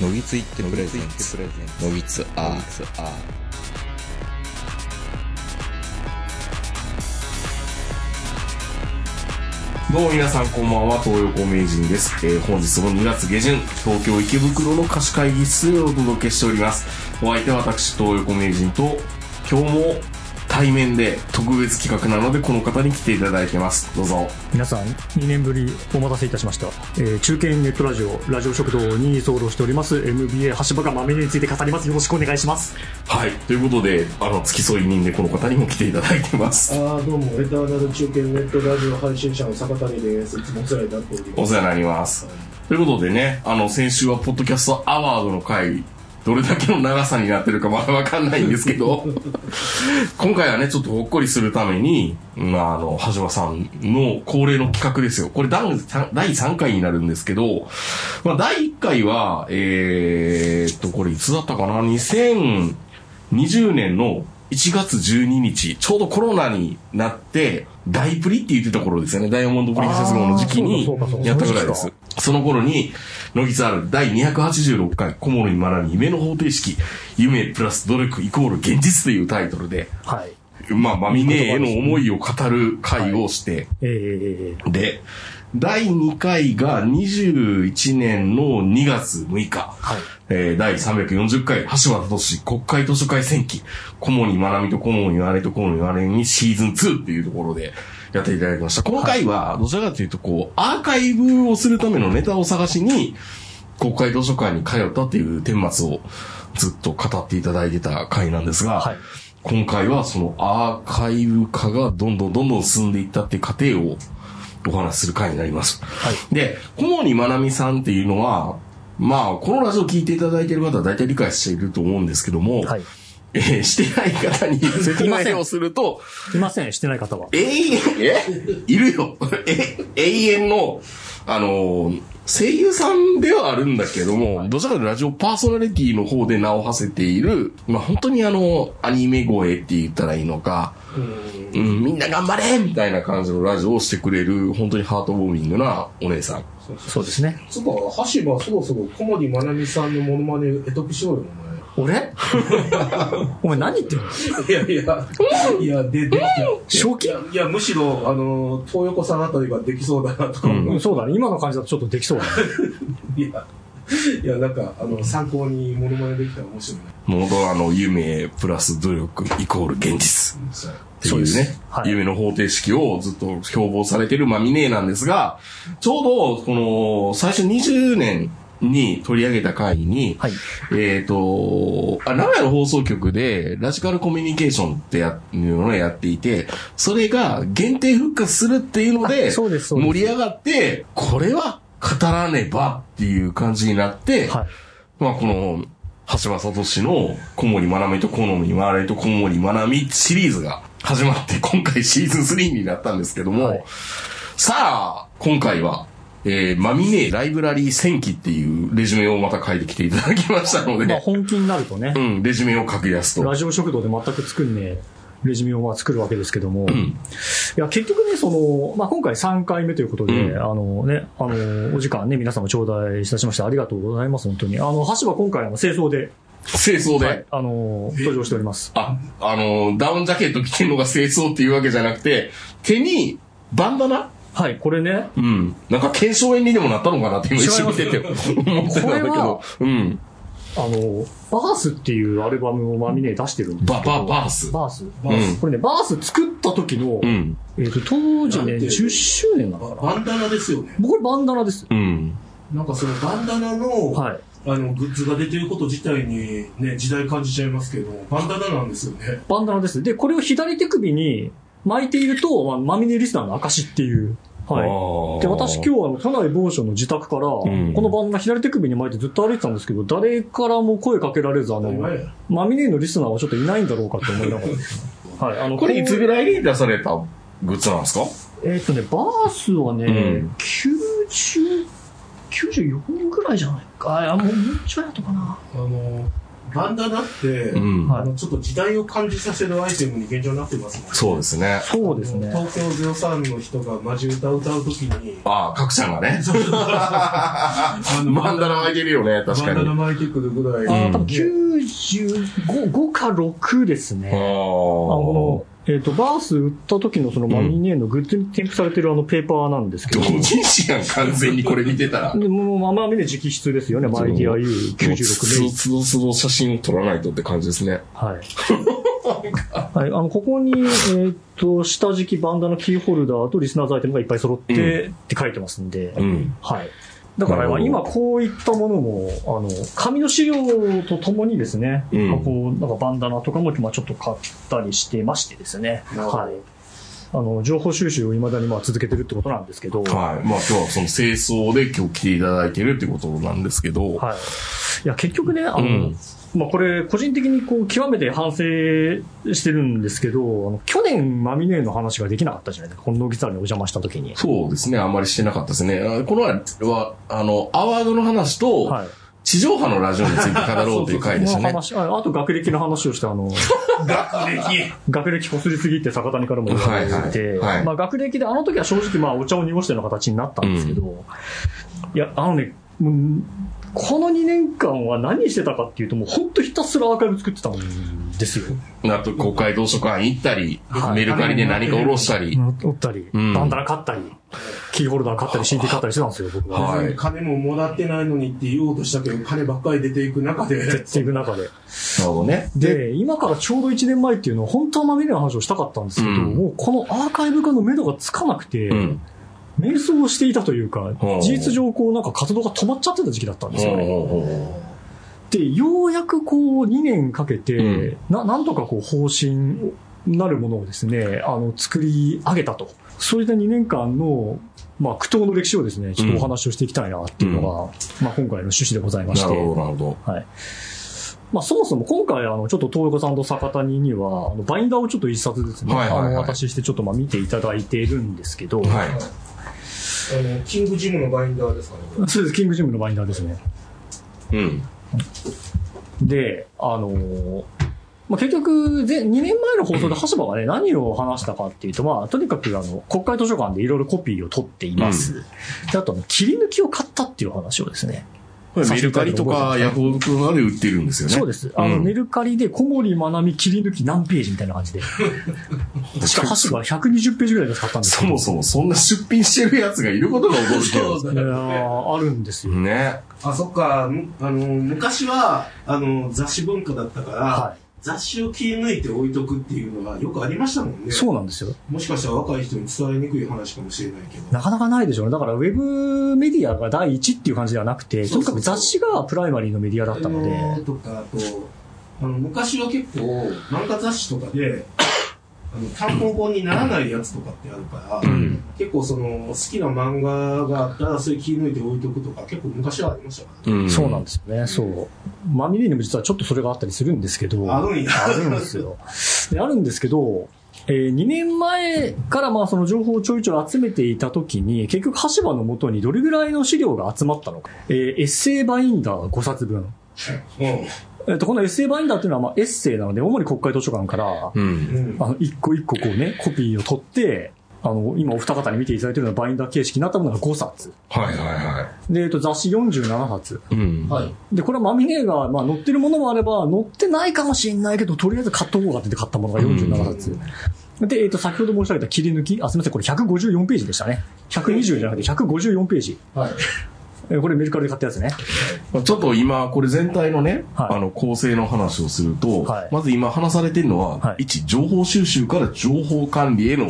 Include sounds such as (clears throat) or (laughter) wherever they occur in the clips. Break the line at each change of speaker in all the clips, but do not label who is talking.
のぎついってプレゼンツのぎつアーツアー
どうも皆さんこんばんは、東横名人です。えー、本日も2月下旬、東京池袋の貸し会議室へお届けしております。お相手は私、東横名人と、今日も対面で特別企画なので、この方に来ていただいてます。どうぞ。
皆さん2年ぶりお待たせいたしました、えー中堅ネットラジオラジオ食堂に居候しております MBA 橋場が豆について語りますよろしくお願いします
はい、ということで、あの、付き添い人でこの方にも来ていただいてます。
ああ、どうも、エターナル中継ネットラジオ配信者の坂谷です。いつもお世話になっておりま
お世話になります。ということでね、あの、先週はポッドキャストアワードの回、どれだけの長さになってるかまだわかんないんですけど、 (laughs) 今回はね、ちょっとほっこりするために、まあ、あの、橋場さんの恒例の企画ですよ。これ、第三第3回になるんですけど、まあ、第1回は、えーっと、これいつだったかな ?2020 年の1月12日、ちょうどコロナになって、大プリって言ってた頃ですよね。ダイヤモンドプリンセス号の時期に
あーそうかそうかそうか
やったぐらいです。その頃に、ノギツアール第286回、小物に学び夢の方程式、夢プラス努力イコール現実というタイトルで、
はい
まあ、マミネへの思いを語る会をして、
えー、
で、第2回が21年の2月6日、
はい
えー第340回、橋場敏国会図書会選挙、顧問に学びと顧問に言われと顧問に言われにシーズン2っていうところでやっていただきました。この回は、どちらかというと、こう、アーカイブをするためのネタを探しに、国会図書館に通ったっていう顛末をずっと語っていただいてた回なんですが、
はい
今回はそのアーカイブ化がどんどんどんどん進んでいったっていう過程をお話しする回になります。
はい
で、小森まなみさんっていうのは、まあ、このラジオ聞いていただいている方は大体理解していると思うんですけども、
はい
えーしてない方に説明をする
(laughs)
と、
いませんしてない方は
永遠、えいるよ。え、永遠の、あのー、声優さんではあるんだけども、どちらかというとラジオパーソナリティの方で名を馳せている、まあ本当にあの、アニメ声って言ったらいいのか、うん、みんな頑張れみたいな感じのラジオをしてくれる、本当にハートウォーミングなお姉さん。
そうですね
す。つまり、橋場そろそろ小森まなみさんのモノマネ得得しようよ、
俺 (laughs) お前何言ってんの
お前。いやいや、いや、で、でき
正気
た。いや、むしろ、あの、東横さんあたりができそうだなとか、
うんそうだね今の感じだとちょっとできそうだね
いや、いや、なんか、あの、参考にモノマネできたら面白いね。
もとあの、夢プラス努力イコール現実。っていう
そで
う
す
ね、
はい
夢の方程式をずっと標榜されてるマミネーなんですが、ちょうど、この、最初20年に取り上げた回に、
はい
えっ、と、あ、名古屋の放送局で、ラジカルコミュニケーションってや、いうのをやっていて、それが限定復活するっていうので、
あそうですそうです
盛り上がって、これは語らねばっていう感じになって、
はい
まあ、この、橋場聡の小森まなみと好みまなみと小森まなみシリーズが始まって、今回シーズン3になったんですけども、
はい
さあ、今回は、えー、マミネライブラリー戦記っていうレジュメをまた書いてきていただきましたので、
まあ本気になるとね
う、ん、レジュメを書き出すと。
ラジオ食堂で全く作んねえレジュメをまあ作るわけですけども、いや結局ねその、まあ、今回3回目ということで、
うん
あのね、あのお時間ね皆様頂戴いたしましてありがとうございます本当にあの橋は今回あの清掃で、
清掃で。
はいあの登場しております
あ、あの、ダウンジャケット着てるのが清掃っていうわけじゃなくて、手にバンダナ
はいこれね
うん。なんか、検証炎にでもなったのかなって今一瞬見てて思ってたんだけ
これは
ど。うん。
あのバースっていうアルバムをマミネ出してるんです
バ、バ、バース。
バースバース、
うん
これねバース作った時の、
うん。
えっと当時ね
なんて
10周年なのかな
バンダナですよね。
僕これバンダナです
うん。
なんかそのバンダナの、
はい
あの、グッズが出てること自体に、ね、時代感じちゃいますけど、バンダナなんですよね。
バンダナです。で、これを左手首に巻いていると、まあ、マミネリスナーの証っていう。はい。
い
で、私今日はあの、田内某所の自宅から、
ん
このバンダナ左手首に巻いてずっと歩いてたんですけど、誰からも声かけられず、あの、マミネのリスナーはちょっといないんだろうかって思いなが
(laughs)
ら。はい。あの、
これいつ
う
ぐらいに出されたグッズなんですか
えっ、とね、バースはね、
うん
90、94ぐらいじゃないか。あ、もう、もうちょい後かな。
あの、バンダナって、
うん
あのちょっと時代を感じさせるアイテムに現状なってますもんね。
そうですね。
そうですね。
東京03の人がマジ歌を歌うときに、
ああ、各社が (laughs) ね。
あの
マンダラ巻いてるよね、確か
バンダ
に。
ナ
あ
巻いてくるぐらい。
あー多分
で
95 5か6ですね。
あ。
あの、えっ、と、バース売った時のそのマミネーのグッズに添付されてるあのペーパーなんですけ
同
ど、
人誌やん、完全にこれ見てたら。
でもう、まあ、マミネ直筆ですよね、マイディア
つ
U96
ど
年。
つどつど写真を撮らないとって感じですね。
はい。はい、あの、ここに、えっ、と、下敷きバンダのキーホルダーとリスナーズアイテムがいっぱい揃って、
う
って書いてますんで、
うん。
はい。だか
なる
ら
ほど
今こういったものも、あの、紙の資料とともにですね、
うん
まあこう、なんかバンダナとかも今ちょっと買ったりしてましてですね、
なるほど
はい。あの、情報収集を未だにまあ続けてるってことなんですけど、
はい。まあ今日はその清掃で今日来ていただいてるってことなんですけど、
はい。いや、結局ね、あの、
うん
まあ、これ、個人的にこう、極めて反省してるんですけど、あの去年、マミネーの話ができなかったじゃないですか。このノギツアーにお邪魔した時に。
そうですね、あんまりしてなかったですね。あこの前は、あの、アワードの話と、
はい。
地上波のラジオについて語ろうという回でしたね (laughs)
この。話ああと、学歴の話をして、あの、
学歴
学歴こすりすぎって坂谷からも言われ
はい
て、
はいはい
まあ、学歴で、あの時は正直、まあ、お茶を濁したような形になったんですけど、いや、あのね、うんこの2年間は何してたかっていうと、もう本当ひたすらアーカイブ作ってたんですよ。
あと、国会図書館行ったり、
はい
メルカリで何か下ろしたり。
おったり、
うん
バンダナ買ったり、キーホルダー買ったり、CD 買ったりしてたんですよ、僕は。
はい
金ももらってないのにって言おうとしたけど、金ばっかり出ていく中で、
やっていく中で。
なるほどね。
で、今からちょうど1年前っていうのは、本当はまみれの話をしたかったんですけど、
うん
もうこのアーカイブ化の目処がつかなくて、
うん。
瞑想をしていたというか、
あ
事実上、こう、なんか活動が止まっちゃってた時期だったんですよね。で、ようやくこう、2年かけて、
うん
な、なんとかこう、方針なるものをですね、あの、作り上げたと。そういった2年間の、まあ、苦闘の歴史をですね、ちょっとお話をしていきたいなっていうのが、まあ、今回の趣旨でございまし
なる
て。
ほど、なるほど。
はい。まあ、そもそも今回、あの、ちょっと東横さんと坂谷には、あのバインダーをちょっと一冊ですね、
はいはいはい
あの、お渡しして、ちょっとまあ、見ていただいているんですけど、
はい。
あの、キングジムのバインダーですかね。
そうです、キングジムのバインダーですね。
うん。
で、あのーまあ、結局、前2年前の放送で橋場がね、何を話したかっていうと、まあ、とにかく、あの、国会図書館でいろいろコピーを取っています。で、あと、切り抜きを買ったっていう話をですね。
これメルカリとかヤフオクなどで売ってるんですよね。
そうです。あの、
うん
メルカリで小森まなみ切り抜き何ページみたいな感じ
(laughs)
で。しかも橋場は120ページぐらいで買ったんです
そもそもそんな出品してるやつがいることが驚きなんです
そ
ね
う
いやーあるんですよ。
ね。
あ、そっか、むあの、昔は、あの、雑誌文化だったから、
は
雑誌を切り抜いて置いとくっていうのはよくありましたもんね。
い。そうなんですよ。
もしかしたら若い人に伝えにくい話かもしれないけど。
なかなかないでしょうね。だから、ウェブメディアが第一っていう感じではなくて、と
そう
に
そ
か
うそう
く雑誌がプライマリーのメディアだったので。
えーとか、あと、あの、昔は結構、漫画雑誌とかで、あの、単行本にならないやつとかってあるから、
うん。
結構その、好きな漫画があったら、それ切り抜いて置いとくとか、結構昔はありましたからね。
うん。
そうなんですよね、そう。まみれにも実はちょっとそれがあったりするんですけど。
あるんや
あるんですよ。で、あるんですけど、え2年前からまあその情報をちょいちょい集めていたときに、結局橋場のもとにどれぐらいの資料が集まったのか。えーエッセイバインダー5冊分。えっ、と、このエッセイバインダーっていうのはまあエッセイなので、主に国会図書館か
う。
ら、
うんん。うん。
あの、一個一個こうね、コピーを取って、あの、今お二方に見ていただいているようなバインダー形式になったものが5冊。
はいはいは
で、えっと、雑誌47冊。
い。うん。
はい。
で、これはマミネーが、まあ、載ってるものもあれば、載ってないかもしれないけど、とりあえず買っとこうかって言って買ったものが47冊。で、えっ、と、先ほど申し上げた切り抜き、あ、すみません、これ154ページでしたね。120じゃなくて154ページ。
はい。
えーこれメルカリで買ったやつね。
まあちょっと今、これ全体のね、
はい
あの、構成の話をすると、
はい
まず今話されてるのは、
はい
一、情報収集から情報管理への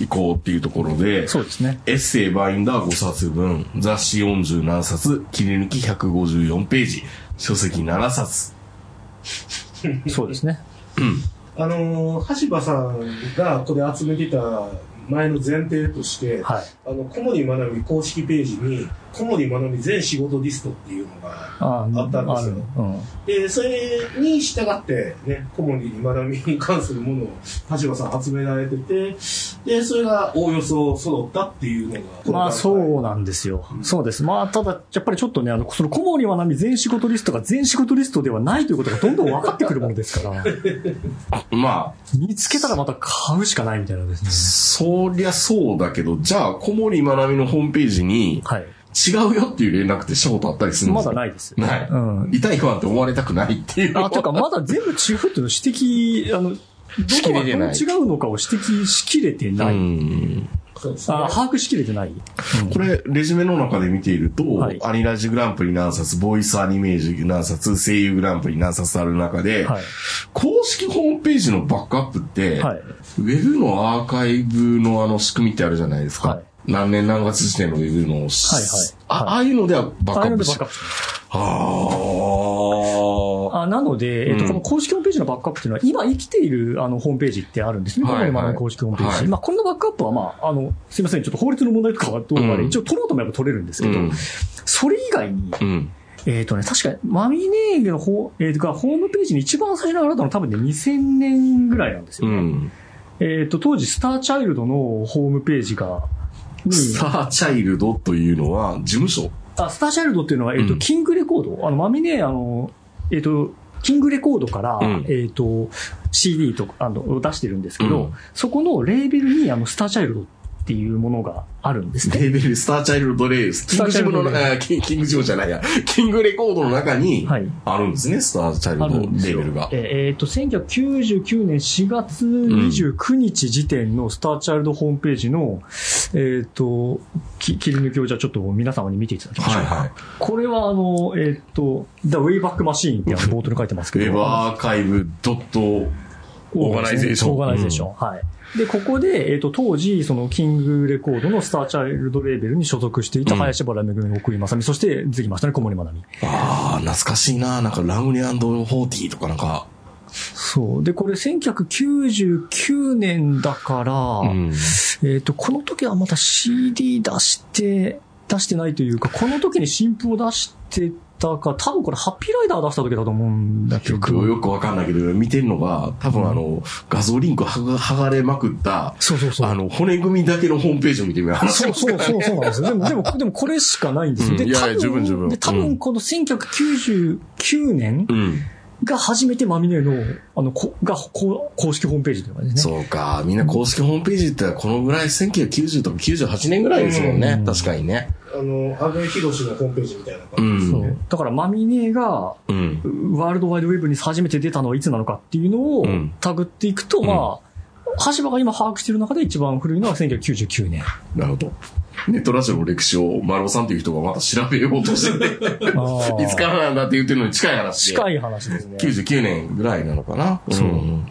移行っていうところで、
そうですね。
エッセイバインダー5冊分、雑誌47冊、切り抜き154ページ、書籍7冊。
そうですね。
あのー、橋場さんがこれ集めてた前の前提として、
はい。
あの、小森まなみ公式ページに、小森まなみ全仕事リストっていうのが、
あ
あったんですよ
あるうん
で、それに従って、ね、小森まなみに関するものを、立場さん集められてて、で、それがおおよそ揃ったっていうのが、
まあそう
う。
なんですよ。
ん
そうです。まあただ、やっぱりちょっとね、あの、その小森まなみ全仕事リストが全仕事リストではないということがどんどん分かってくるものですから、
まあ、
見つけたらまた買うしかないみたいなんですね。
そりゃそうだけど、じゃあ、小森まなみのホームページに、
はい。
違うよっていう連絡ってしたことあったりするんで
ます
か
だないです。
ない。
うん
痛い不安って思われたくないっていう。
あ、というか、まだ全部違うっていうの指摘、あの、ど
しき
こが
れて
どう違
ないう
のかを指摘しきれて
う
ない。
ん。
そうですね
あ把握しきれてない。
これ、レジュメの中で見ていると、
はい
アニラジグランプリ何冊、ボイスアニメージ何冊、声優グランプリ何冊ある中で、
はい。
公式ホームページのバックアップって、
はい
ウェブのアーカイブのあの仕組みってあるじゃないですか。
はい
何年何月時点のウェブの、あああいうのではバック
ああ
アッ
いうの
プ
で
し
バ
て
ックアップして
あ
あなので、えっと、
うん
この公式ホームページのバックアップというのは、今生きているあのホームページってあるんですね。
はいはい
今の公式ホームページ。
はい
まあ、このバックアップは、まあ、あの、すいません、ちょっと法律の問題とかはどうかで、
うん
一応取ろうと思えば取れるんです
ー。
け
う
ど、
ん。
それ以外に、
うん。
えっ、とね、確かに、マミネーゲのほう、えーとか、ホームページに一番最初にあなたの多分ね、2000年ぐらいなんです
う
よね。
ん。
えっ、と、当時、スターチャイルドのホームページが、に
スターチャイルドというのは事務所
あスターチャイルドっていうのは、えっ、と、
うん
キングレコード。あの、マミネー、あの、えっ、と、キングレコードから、
うん
えっ、と、CD とか、あの、を出してるんですけど、
うん
そこのレーベルに、あの、スターチャイルドっていうものがあるんですね。
レーベル、スターチャイルドレース。キングジムの
スターチャイ
中、あキ
ルドレ
ンキングジムじゃないや。キングレコードの中に、
はい。
あるんですね、スターチャイル
あ
ド
る
レ
んです
ー
よ
ベルが。
えっ、と、1999年4月29日時点のスターチャイルドホームページの、えっ、と、き切り抜きをじゃあちょっと皆様に見ていただきましょ
は
う。
いはい。
これはあの、えっ、と、The Wayback Machine ってあの (laughs) 冒頭に書いてますけ
ウ
ど。
ェブアーカイブドット、オーガナイゼーション
オーガナイゼーション。はい。で、ここで、えっ、と、当時、その、キングレコードのスターチャイルドレーベルに所属していた林原めぐみ、奥井正美、そして、出てきましたね、小森まなみ。
ああ、懐かしいな。なんか、ラムネフォーティーとかなんか、
そう。で、これ、1999年だから、
うん。
えっ、と、この時はまた CD 出して、出してないというか、この時に新譜を出してたか、多分これ、ハッピーライダー出した時だと思うんだけど。
曲をよくわかんないけど、見てるのが、多分あの、画像リンク剥が剥がれまくった、
そうそうそう。
あの、骨組みだけのホームページを見てみます。
そうそうそうそうなんですよ。でも、でも、でもこれしかないんですよ。で、
うんいやいや
多分
十分十分
で、多
うん
分この1999年 (laughs)
うん。
が初めてマミネの、あの、こがこ公式ホームページというかですね。
そうか。みんな公式ホームページってこのぐらい、1990とか98年ぐらいですもんね
う。ん
確かにね。
あの、安部寛のホームページみたいな
う
感じですね。
ん。
だから、マミネが、
うん。
ワールドワイドウェブに初めて出たのはいつなのかっていうのを
うん
タグっていくと、まあ、橋場が今把握している中で一番古いのは1999年。
(laughs) なるほど。ネットラジオの歴史を丸尾さんという人がまた調べようとしてて、 (laughs) いつからなんだって言ってるのに近い話で。
近
い。
い話ですね。
99年ぐらいなのかな。
そうん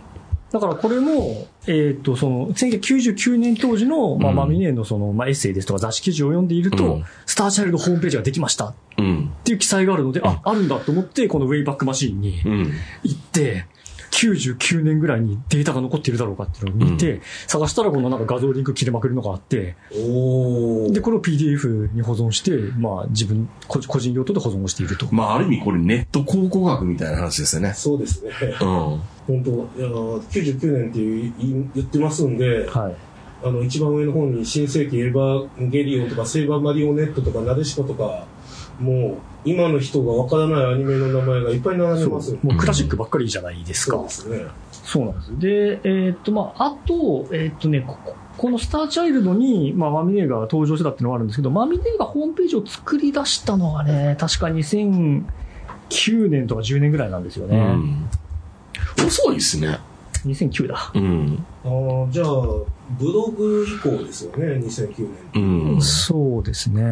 だからこれも、えっ、と、その、1999年当時の、まあ、
うん
マミネーのその、まあ、エッセイですとか雑誌記事を読んでいると、
うん
スターチャイルドホームページができましたっ
うん。
ていう記載があるので、あ、あるんだと思って、このウェイバックマシーンに
うん。
行って、99年ぐらいにデータが残っているだろうかっていうのを見て、探したらこのなんか画像リンク切れまくるのがあって、
お
で、これを PDF に保存して、まあ、自分、こ個人用途で保存をしていると。
まあ、ある意味これネット考古学みたいな話ですよね。
そうですね。
うん。
本当いやー99年っていう言い言ってますんで、
はい。
あの、一番上の方に新世紀エヴァゲリオンとか、セイバーマリオネットとか、ナデシコとか、もう、今の人がわからないアニメの名前がいっぱい並んで
そ
ますよ
う。もうクラシックばっかりじゃないですか。
そうですね。
そうなんです。で、えーっと、まあ、あと、えーっとね、こここのスターチャイルドに、まあ、マミネーが登場してたっていうのはあるんですけど、マミネーがホームページを作り出したのはね、確か2009年とか10年ぐらいなんですよ
う
ね。
ん。遅いですね。
2009だ。
うん。
あーじゃあ、ブログ以降ですよね、2009年。
うん。
そうですね。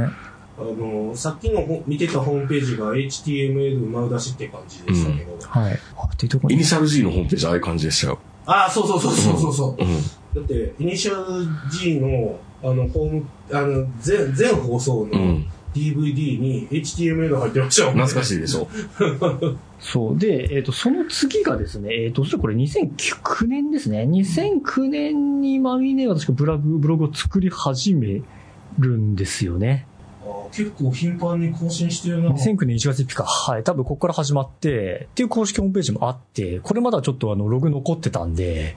あの、さっきのほ見てたホームページが HTML 丸出しって感じでしたけど。
はい。あっていうところ
イ
に
ニシャル G のホームページああいう感じでしたよ。
ああ、そうそうそうそうそうそう。
うん。
だって、イニシャル G の、あの、ホーム、あの、全、全放送
う
の
ん。
DVD に HTML 入ってましたもんね
懐かしいでしょ。
そう。で、えっ、と、その次がですね、えっ、と、それこれ2009年ですね。2009年にマミネが確かブログ、ブログを作り始めるんですよね。
あ結構頻繁に更新してるな。
2009年1月1日か。はい。多分ここから始まって、っていう公式ホームページもあって、これまだちょっとあの、ログ残ってたんで、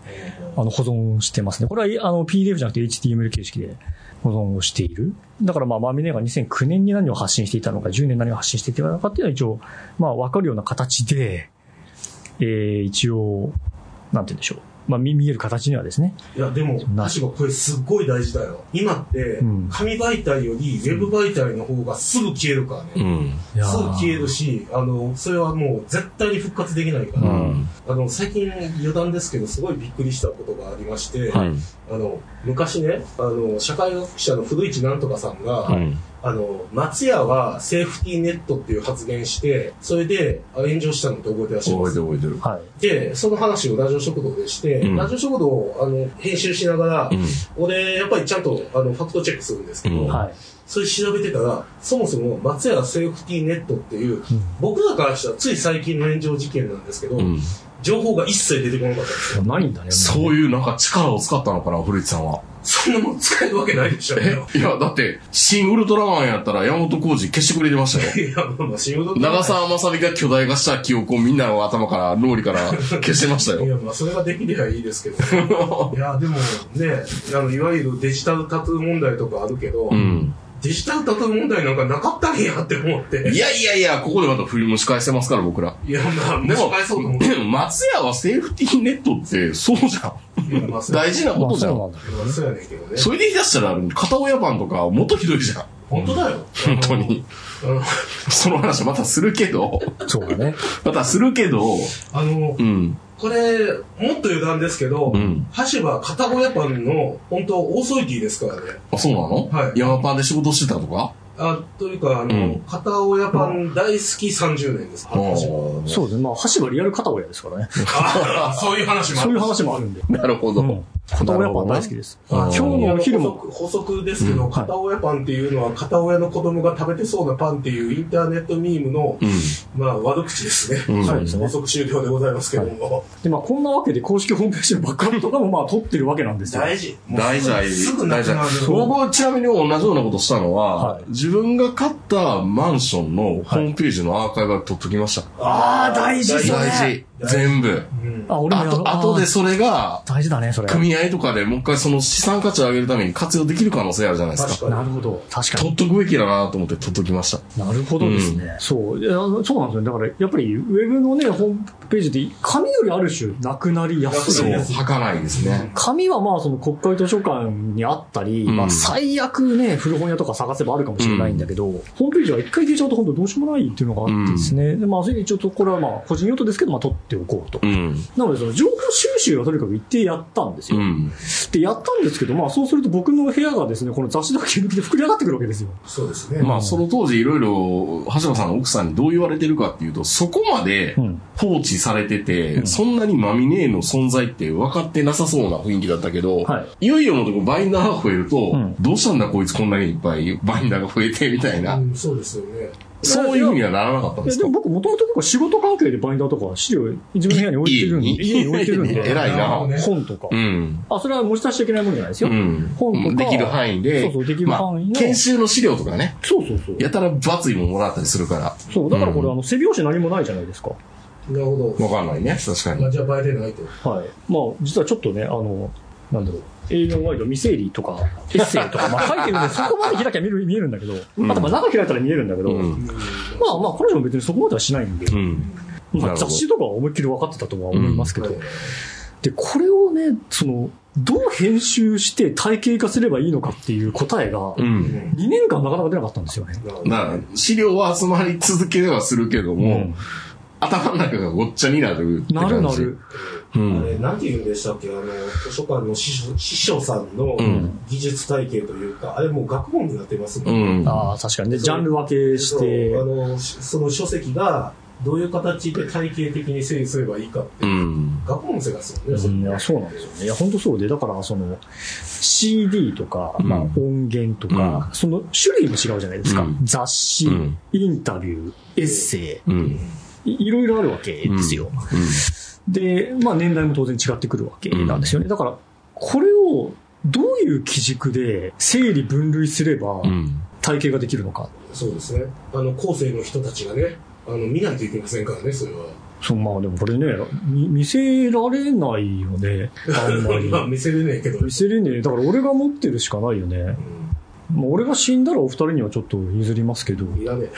あの、保存してますね。これは、あの、PDF じゃなくて HTML 形式で保存をしている。だからまあ、マミネが2009年に何を発信していたのか、10年何を発信していたのかっていうのは一応、まあ、わかるような形で、えー、一応、なんて言うんでしょう。まあ、見見える形にはですね。
いや、でも、
な
確かこれすっごい大事だよ。今って
うん、
紙媒体よりウェブ媒体の方がすぐ消えるからね。
うん。
いやー
すぐ消えるし、あの、それはもう絶対に復活できないから、
うん
あの、最近余談ですけど、すごいびっくりしたことがありまして、
はい。
あの、昔ね、あの、社会学者の古市なんとかさんが、
はい。
あの、松屋はセーフティーネットっていう発言して、それであ炎上したのって覚えてらっしゃいま
覚え
す
てる覚えてる。
はい。
で、その話をラジオ食堂でして、
うん
ラジオ食堂をあの編集しながら、
うん。
俺、やっぱりちゃんとあのファクトチェックするんですけど、
うん
はい。
それ調べてたら、そもそも松屋セーフティーネットっていう、僕らからしたらつい最近の炎上事件なんですけど、
うん。
情報が一切出てこなかったんですよ。
ないんだね。
そういうなんか力を使ったのかな、古市さんは。
そんなもん使えるわけないでしょ。
えいや、だって、新ウルトラマンやったら山本浩二消してくれてましたよ。
(laughs)
いや、まあまあ仕事
長澤まさみが巨大化した記憶をみんなの頭から、脳裏から消してました
い
よ。
や、まあ、それができればいいですけど。いや、でもね、あの、いわゆるデジタルタトゥー問題とかあるけど、
うん。
デジタルタトゥー問題なんかなかったんやって思って。
いやいやいや、ここでまた振り蒸し返してますから、僕ら。
いや、まあ、
でも
難しそうと思う。、
松屋はセーフティーネットって、そうじゃん。
いやまあ、そう
大事な
ま
こ
あ
とじゃ。
そうんなんだ。
まあそうやねんけどね。
それで言い出したら、片親版とか、もっとひどいじゃん。
本当だよ。
本当に。
あの。
その話またするけど、
そうだね。
またするけど、
あの、
うん。
これ、もっと余談ですけど、
うん
箸は片親パンの、本当オーソリティですからね。
あ、そうなの
はい
山パンで仕事してたとか
あ、というか、あ
う
の、
ん
片親パン大好き30年です。箸は
あ
そうですね。まあ、橋はリアル片親ですからね。
あそういう話もあ
そう
る
いう話もあるんで。
あなるほど。
うん。片親パン大好きです。今日のお昼も。
補足補足ですけど、
うんはい
片親パンっていうのは片親の子供が食べてそうなパンっていうインターネットミームの、
う
まあ悪口ですね、
ん。うん。
そうですね
補足終了でございますけども、
で、まあ、こんなわけで公式ホームページのバックアップとかもまあ、取ってるわけなんですよ。
大事もう
大事大事
すぐなくなる
僕はちなみに同じようなことしたのは、
はい
自分が買ったマンションのホームページのアーカイブは取っときました。
ああ、大事それ。
大事。全部。
うん
あ、俺も
あ
や
と、あとで。それが、
大事だね、それ。
組合とかでもう一回その資産価値を上げるために活用できる可能性あるじゃないですか。
確かに
なるほど。確か
取っとくべきだなと思って取っときました。
に。なるほどですね。そう。いやそうなんですよね。だから、やっぱり、ウェブのね、ホームページって、紙よりある種、なくなりやすい。
そう、
なくなりやすい
はかないですね。
紙はまあその国会図書館にあったり、
うん
まあ最悪ね、古本屋とか探せばあるかもしれないんだけど、ホームページは一回消えちゃうと本当どうしようもないっていうのがあってですね、でまあそれで一応これはまあ個人用途ですけど、まあ取っておこうと。
うん。
なのでその情報収集はとにかく一定やったんです
う
よ。
ん。
で、やったんですけど、まあそうすると僕の部屋がですね、この雑誌だけ抜きで膨れ上がってくるわけですよ。
そうですね、
まあ、その当時いろいろ、橋場さんの奥さんにどう言われてるかっていうと、そこまで
うん
放置されてて、そんなにマミネーの存在って分かってなさそうな雰囲気だったけど、、
はい
よいよのとこバインダーが増えると、
うん
どうしたんだこいつこんなにいっぱいバインダーが増えてみたいな、
うんそうですよね
そういうふうにはならなかったんで
え
す
で
か
も僕もともと結構仕事関係でバインダーとか資料自分の部屋に置いてるんで、
いい
家に置いてるん
いい (laughs)
で、
偉いな
本とか
う。ん。
あ、それは持ち出しちゃいけないもんじゃないです
う
よ。
ん。
本とか
できる範囲で、
そうそうできる範囲の
まあ、研修の資料とかね、
そうそうそう。
やたら分厚いものもらったりするから、
そう、だからこれ、
うん
あの、背表紙何もないじゃないですか。
なるほ
分かんないね、確か
ど、ま
に
あ、。じゃあバイデンないと
はい。まあ、実はちょっとね、あの、なんだろう。営業ワイド未整理とか、エッセイとか、まあ書いてるんで、そこまで開きゃ見る見えるんだけど、
ん
あとまあ中開いたら見えるんだけ
う
ど、
ん
うん
まあまあ、彼女も別にそこまではしないんで、
うん。
ま
な
あ
るほど
雑誌とかは思いっきり分かってたとは思いますけど、
はい
で、これをね、その、どう編集して体系化すればいいのかっていう答えが、
う
2
ん。
年間なかなか出なかったんですよね。
なるほど
だから資料は集まり続けはするけども、
うん
頭の中がごっちゃになるって
な
感じ。
るなる。
う
あ
ん。
れ、なんて言うんでしたっけあの、図書館の師匠師匠さんの
うん
技術体系というか、あれもう学問になってますも。
うんん。
ああ、確かにね、ジャンル分けして、
そうあの、しその書籍が、どういう形で体系的に整理すればいいかって、
うん。
学問の世界ですよね、
うん、いやそうなんですよね。いや、本当そうで、だから、その、CD とか、
うん
まあ、音源とか、その種類も違うじゃないですか。
うん
雑誌、
うん
インタビュー、エッセ
うん。
イ、いいろいろあるわけですよ。で、まあ、年代も当然違ってくるわけなんですよね。だから、これを、どういう基軸で整理分類すれば
うん。
体系ができるのか。
そうですね。あの、後世の人たちがね、あの、見ないといけませんからね、それは。
そう、まあでもこれね、み見せられないよね。あん
(laughs)
まり。
まあ、見せれねえけど。
見せれねえ。だから俺が持ってるしかないよね。まあ、俺が死んだらお二人にはちょっと譲りますけど。
いらね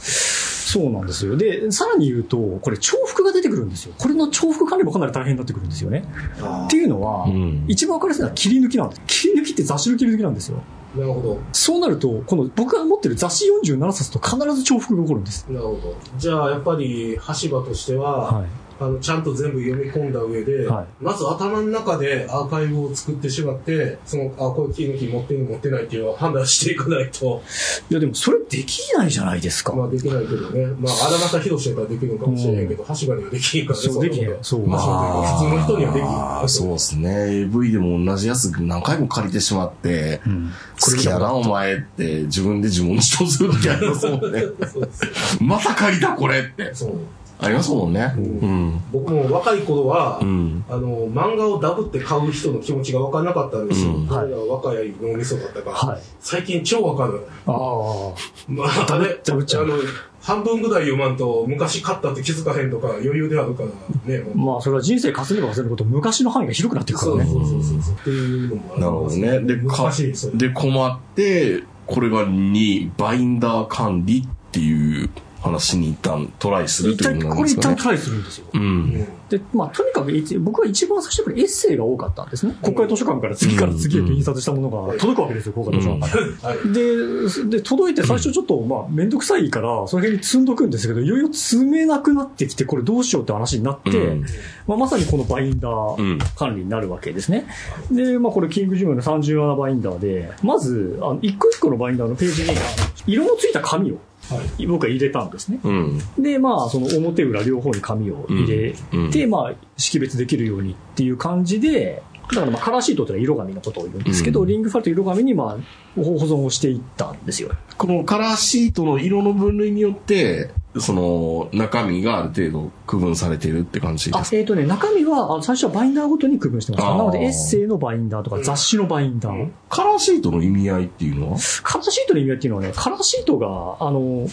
そうなんですよ。で、さらに言うと、これ重複が出てくるんですよ。これの重複管理もかなり大変になってくるんですよね。
え。あ
っていうのは、
ん
一番わかりやすいのは切り抜きなんです。切り抜きって雑誌の切り抜きなんですよ。
あ、なるほど。
そうなると、この僕が持ってる雑誌47冊と必ず重複が起こるんです。
なるほど。じゃあ、やっぱり、橋場としては、
はい。
あの、ちゃんと全部読み込んだ上で、
はい
まず頭の中でアーカイブを作ってしまって、その、あ、これキーのキー持ってる持ってないっていうのを判断していかないと、
いやでもそれできないじゃないですか。
まあできないけどね。まあ、荒俣博士やったらできるのかもしれないけど、橋場にはできんからね。
そう、
ん
で
な
き
こ
へ
と
ん。そう。
まあ普通の人にはできん
あーそうですね。AV でも同じやつ何回も借りてしまって、
うん
好きやな、お前って自分で自問自答する時ありますもんね。
そうですよ
また借りた、これって。
そう。
ありますもんね。うん。
僕も若い頃は、
うん。
あの、漫画をダブって買う人の気持ちが分からなかったんですよ。
うん
彼らは若い脳みそだったから。
はい。
最近超分かる。
ああ。
まあ、
ダブ
あれ
ダブっちゃう
あの、半分ぐらい読まんと、昔買ったって気づかへんとか余裕であるからね。もう
まあそれは人生稼げば稼ぐこと昔の範囲が広くなっていくか
そう
らね。
そうそうそうそう。っていうのもあ
なるほどね。で、か
難しいですよね。
で、困って、これが2、バインダー管理っていう話に一旦トライするっ
一
ていう
体、
ことな
こ
んで
れ
す
一
か
旦
ね。
トライするんですよ。
うん。
う
で、まあ、とにかく一、僕は一番最初からエッセイが多かったんですね。国会図書館から次から次へと印刷したものが届くわけですよ、国会図書館から。
んはい。
で、で、届いて最初ちょっと、まあ、めんどくさいから、その辺に積んどくんですけど、いろいろ積めなくなってきて、これどうしようって話になって、
うん
まあ、まさにこのバインダー
うん。
管理になるわけですね。で、まあ、これ、キングジムの37バインダーで、まず、あの、一個一個のバインダーのページに、あの色のついた紙を
はい。
僕は入れたんですね。
うん。
で、まあ、その表裏両方に紙を入れて、まあ、識別できるようにっていう感じで、だからまあ、カラーシートというのは色紙のことを言うんですけど、
うん
リングファイルと色紙にまあ、保存をしていったんですよ。
このカラーシートの色の分類によって、その中身がある程度区分されているって感じで
あ
す。
えっ、とね、中身は、あの最初はバインダーごとに区分してました。
あー
なので、エッセイのバインダーとか雑誌のバインダー。
うん
カラーシートの意味合いっていうのは
カラーシートの意味合いっていうのはね、カラーシートが、あの、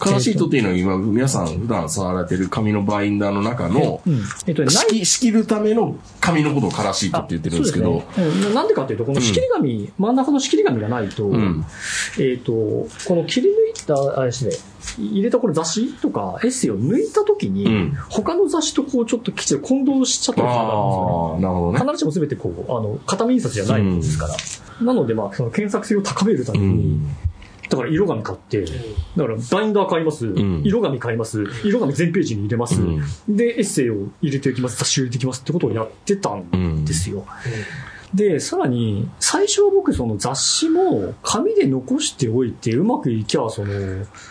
カラーシートっていうのは今、皆さん普段触られてる紙のバインダーの中の、
うん、えっ、とね、
仕切仕切るための紙のことをカラーシートって言ってるんですけど、
あそうですねうんななんでかっていうと、この仕切り紙、真ん中の仕切り紙がないと、
うん。
えっ、と、この切り抜いた、あれですね、入れたこの雑誌とかエッセイを抜いたときに、
うん
他の雑誌とこうちょっときちんと混同しちゃったりするんですよ
あ
ね。
あ、なるほどね
必。ずしも全てこう、あの、片面印刷じゃないものですから。なので、まあ、その検索性を高めるため
う
に、
ん。
だから色紙買って、だからバインダー買います、
ん
色紙買います、色紙全ページに入れます、
うん
で、エッセイを入れていきます、雑誌を入れていきますってことをやってたんですよ。で、さらに、最初は僕、その雑誌も紙で残しておいて、うまくいきゃ、その、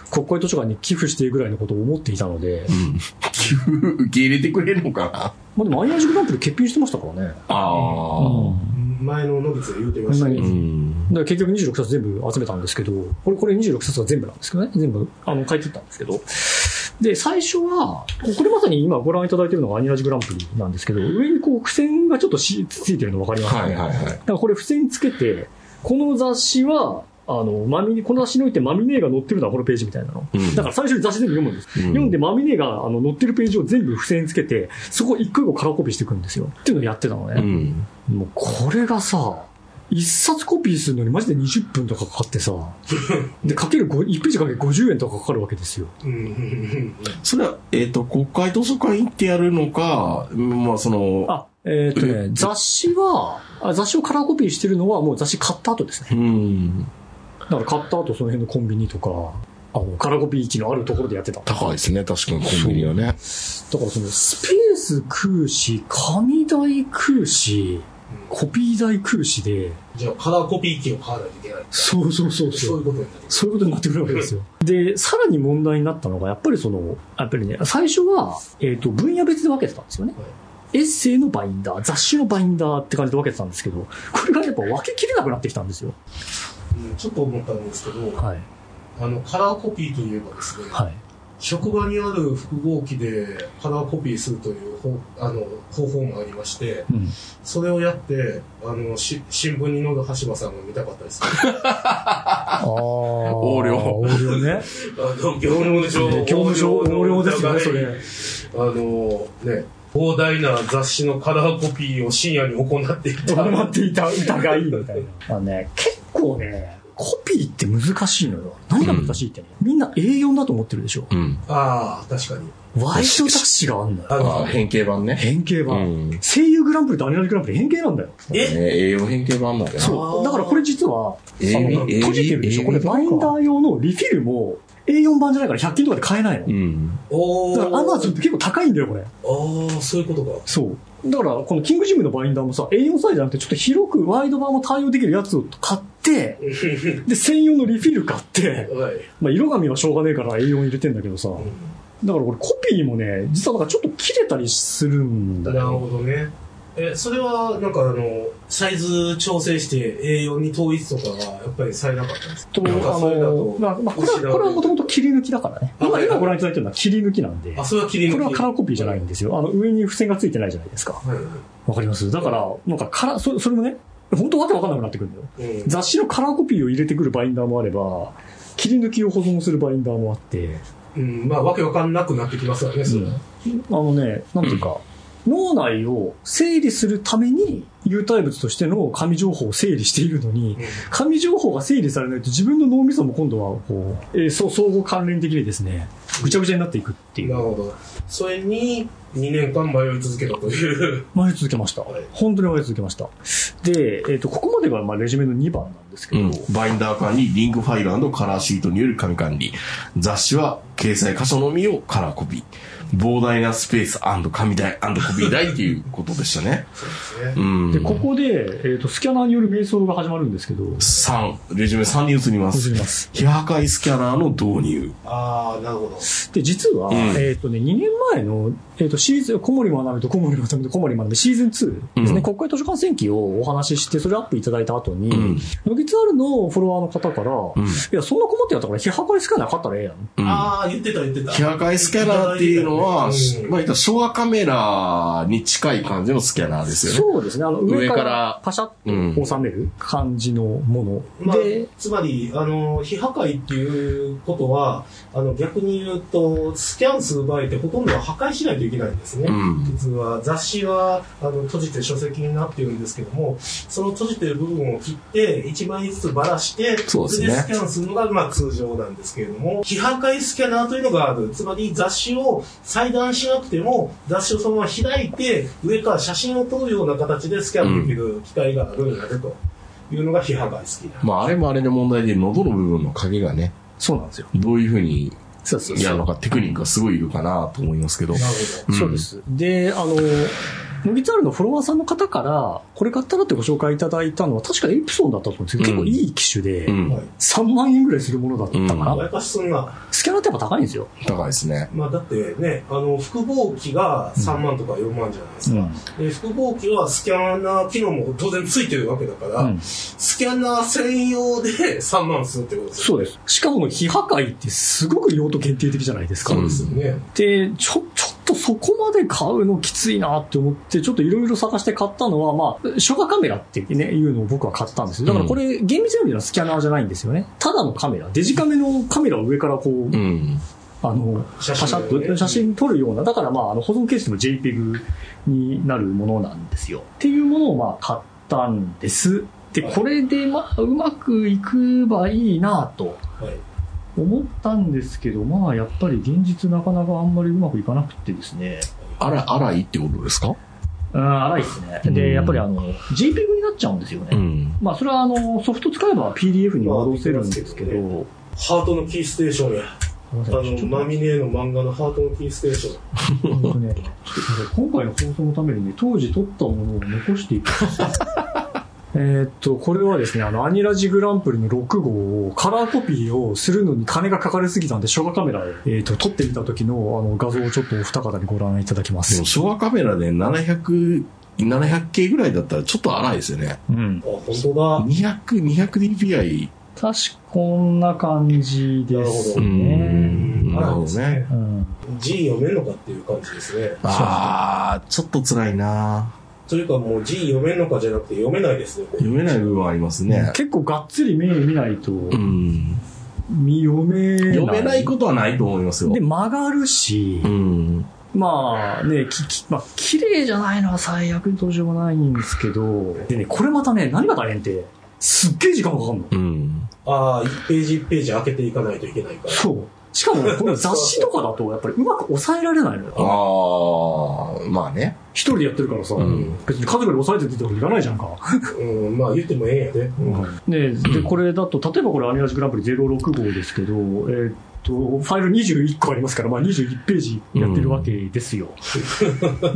国会図書館に寄付していいぐらいのことを思っていたので、
うん。 (laughs) 受け入れてくれるのかな
まあでも、アイアージグランプリ欠品してましたからね。
ああ。
前の野口が言うてましたけど
う
う
前
ん。
だから結局26冊全部集めたんですけど、これ、これ26冊が全部なんですけどね、全部、あの、買い切ったんですけど、で、最初は、これまさに今ご覧いただいているのがアニラジグランプリなんですけど、上にこう、付箋がちょっとしついてるの分かりますか
は
ね
いはいはい
だ。からこれ付箋つけて、この雑誌は、あの、マミネ、この雑誌においてマミネーが載ってるのはこのページみたいなの。
うん
だから最初に雑誌全部読むんです。読んでマミネーがあの載ってるページを全部付箋つけて、そこ一個一個カラーコピーしていくんですよ。っていうのをやってたの
う
ね。
ん。
もうこれがさ、一冊コピーするのにマジで20分とかかかってさ、で、かける5、1ページかける50円とかかかるわけですよ。
うんうんうん
それは、えっ、と、国会図書館行ってやるのか、うんまあ、その、
あ、えっ、とね、雑誌は、あ雑誌をカラーコピーしてるのはもう雑誌買った後ですね。
うん、
だから買った後その辺のコンビニとか、あの、カラーコピー機のあるところでやってた。
高いですね、確かにコンビニはね。
だからそのスペース食うし、紙代食うし、コピー代食うしで、
じゃあ、カラーコピー機を買わないといけない。
そうそうそう
そういう。ことになる。
そういうことになってくるわけですよ。で、さらに問題になったのが、やっぱりその、やっぱりね、最初は、えっ、と、分野別で分けてたんですよね。エッセイのバインダー、雑誌のバインダーって感じで分けてたんですけど、これがやっぱ分けきれなくなってきたんですよ。
うんちょっと思ったんですけど、
はい。
あの、カラーコピーといえばですね、
はい。
職場にある複合機でカラーコピーするという方あの方法もありまして、
うん
それをやって、あの、し新聞に載る橋場さんが見たかった (laughs) です。
ああ。
横
横
領
横領ね。
あの、業務上、
業務上横領ですよね、そ
(laughs)
れ。。
あの、ね、膨大な雑誌のカラーコピーを深夜に行っていた。 (laughs)
黙っていた、疑いみたいな。ま (laughs) あね、結構ね、コピーって難しいのよ。何が難しいってね。みんな A4 だと思ってるでしょ。
うん。
ああ、確かに。
ワイド雑誌があんのよ。
あ
あ
の、
あ、変形版ね。
変形
う
版。
ん。
声優グランプリとアニマルグランプリ変形なんだよ。
え
ね栄養変形版なんだよな。
そう。
あー
だからこれ実は、あ
えー
の、
えー
閉じてるで
え
しょ。
ー
これバインダー用のリフィルも A4 版じゃないから100均とかで買えないの。
うん。
お
だからアマゾンって結構高いんだよ、これ。
ああ、そういうことか。
そう。だから、このキングジムのバインダーもさ、A4 サイズじゃなくて、ちょっと広くワイド版も対応できるやつを買
(laughs)
って、で、専用のリフィル買って、
はい。
まあ、色紙はしょうがねえから A4 入れてんだけどさ、だからこれコピーもね、実はなんかちょっと切れたりするんだ
なる
よ。
ほどね。え、それは、なんかあの、サイズ調整して A4 に統一とかは、やっぱりされなかったんですか
と、あ
なんかそれだ
の
と、
まあ、まあ、これは、これはもともと切り抜きだからね。
あ
今、
はい
今ご覧いただいてるのは切り抜きなんで、
あ、
こ
それは切り抜き。
れはカラーコピーじゃないんですよ。あの、上に付箋が付いてないじゃないですか。
はいは
わかりますだから、なんかカラー、それ、それもね、本当わけわかんなくなってくるんだよ。
い。うん
雑誌のカラーコピーを入れてくるバインダーもあれば、切り抜きを保存するバインダーもあって、
うん、まあ、わけわかんなくなってきますよね、それは。
あのね、なんていうか、脳内を整理するために、有体物としての紙情報を整理しているのに、紙情報が整理されないと自分の脳みそも今度はこう、えーそう相互関連的にですね、ぐちゃぐちゃになっていくって
うん
い
なる
う。
ほど。それに、2年間迷い続けたという。
迷い続けました
はい。
本当に迷い続けました。で、えっ、と、ここまでがまあレジュメの2番なんですけ
う
ど、
ん。バインダー管理、リングファイルカラーシートによる紙管理。雑誌は掲載箇所のみをカラーコピー。膨大なスペース紙代コピー代っていうことでしたね。うん。
で、ここで、えっ、と、スキャナーによる瞑想が始まるんですけど、
3、レジュメ3に移りま
移
す。
ります。
非破壊スキャナーの導入。
ああ、なるほど。
で、実は、
うん
えっ、とね、2年前の、えっ、と、シーズン、小森学びと小森学びと小森学びシーズン2ですね、
うん
国会図書館選挙をお話しして、それアップいただいた後に、
うん
ノギツアルのフォロワーの方から、
うん
いや、そんな困ってやったから、批判りしかなかったらええやん。
うん
ああ、言ってた言ってた。
キャライスキャナーっていうのは、
うん
まあ、言ったら昭和カメラに近い感じのスキャナーですよね。
そうですね、あの、上
上
か
からら
パシャ
う
ッと収める感じのもの。
まあ
で、、
つまり、あの、非破壊っていうことは、あの、逆に言うと、スキャンする場合ってほとんどは破壊しないといけないんですね。
うん。
実は雑誌はあの閉じて書籍になっているんですけども、その閉じてる部分を切って、一枚ずつばらして、
そうですね
れスキャンするのが、まあ、通常なんですけれども、非破壊スキャナーというのがある。つまり雑誌を裁断しなくても、雑誌をそのまま開いて、上から写真を撮るような形でスキャンできる機会があるんだねというのが非破壊スキャナー。
まあ、あれもあれで問題で、喉の部分の影がね、
そうなんですよ。
どういうふうに
そうそう
やるのか、テクニックがすごいいるかなと思いますけど。
なる
うん
そうで。す。で、あの、ノギツアルのフォロワーさんの方から、これ買ったらってご紹介いただいたのは、確かエプソンだったと思うんですけど、
うん
結構いい機種で、
う
ほど。は
ん。
い。
3万円ぐらいするものだったかな、
やっぱしそんな、
スキャナーってやっぱ高いんですよ。
高いですね。
まあだってね、あの、複合機が3万とか4万じゃないですか。で複合機はスキャナー機能も当然ついてるわけだから、
うん
スキャナー専用で3万するってことですよ
そうです。しかも、非破壊ってすごく用途限定的じゃないですか。
そうです
ね。
で、ちょ、ちょっとそこまで買うのきついなって思って、ちょっといろいろ探して買ったのは、まあ、初画カメラっていうね、いうのを僕は買ったんですよ。だからこれ、厳密な意味ではスキャナーじゃないんですよね。ただのカメラ。デジカメのカメラを上からこう、
うん。
あの、
写
パシ
真
ャ
をね
ッと写真撮るような、だからまあ、あの保存形式も JPEG になるものなんですよ。っていうものをまあ、買ったんです。で、
はい
これでまあ、うまくいくばいいなぁと
はい。
思ったんですけど、まあ、やっぱり現実なかなかあんまりうまくいかなくてですね。
あら、あらいってことですか
うん、荒いですね。
う
で、
ん
やっぱりあの、JPEG になっちゃうんですよね。
うん。
まあ、それはあの、ソフト使えば PDF に戻せるんですけど、
ハートのキーステーションや、あの、マミネの漫画のハートのキーステーション。
本当ね、 (laughs) 今回の放送のためにね、当時撮ったものを残していく。 (laughs) えーっと、これはですね、あの、アニラジグランプリの6号を、カラーコピーをするのに金がかかりすぎたんで、初画カメラで、えーっと、撮ってみた時の、あの、画像をちょっとお二方にご覧いただきま
ですも、。昭和カメラで700、700K ぐらいだったらちょっと荒いですよね。
うん
あ、。本当だ。
200、200dpi。
確かこんな感じです
う
ね。
ん
なるほど
です
ね。
うん
G 読めんのかっていう感じですね。
ああ、ちょっと辛いな
というかもう G 読めんのかじゃなくて読めないですね。これ
読めない部分はありますね。
結構がっつり目見ないと、
うん。
見読めない。
読めないことはないと思いますよ
で、。曲がるし
う、ん。
まあね、き、き、まあ、綺麗じゃないのは最悪どうしようもないんですけど、でね、これまたね、何が大変って、すっげえ時間かかるの。
うん。
ああ、1ページ1ページ開けていかないといけないから。
そう。しかも、この雑誌とかだと、やっぱりうまく抑えられないのよ。
ああ、まあね。
一人でやってるからさ、
うん
別に家族で抑えてるってわけいかないじゃんか。
うん、まあ言ってもええんやで。うん
ね、
(clears throat)
で、これだと、例えばこれアニラジグランプリ065ですけど、えーっと、ファイル21個ありますから、まあ21ページやってるわけで
(laughs)
すよ。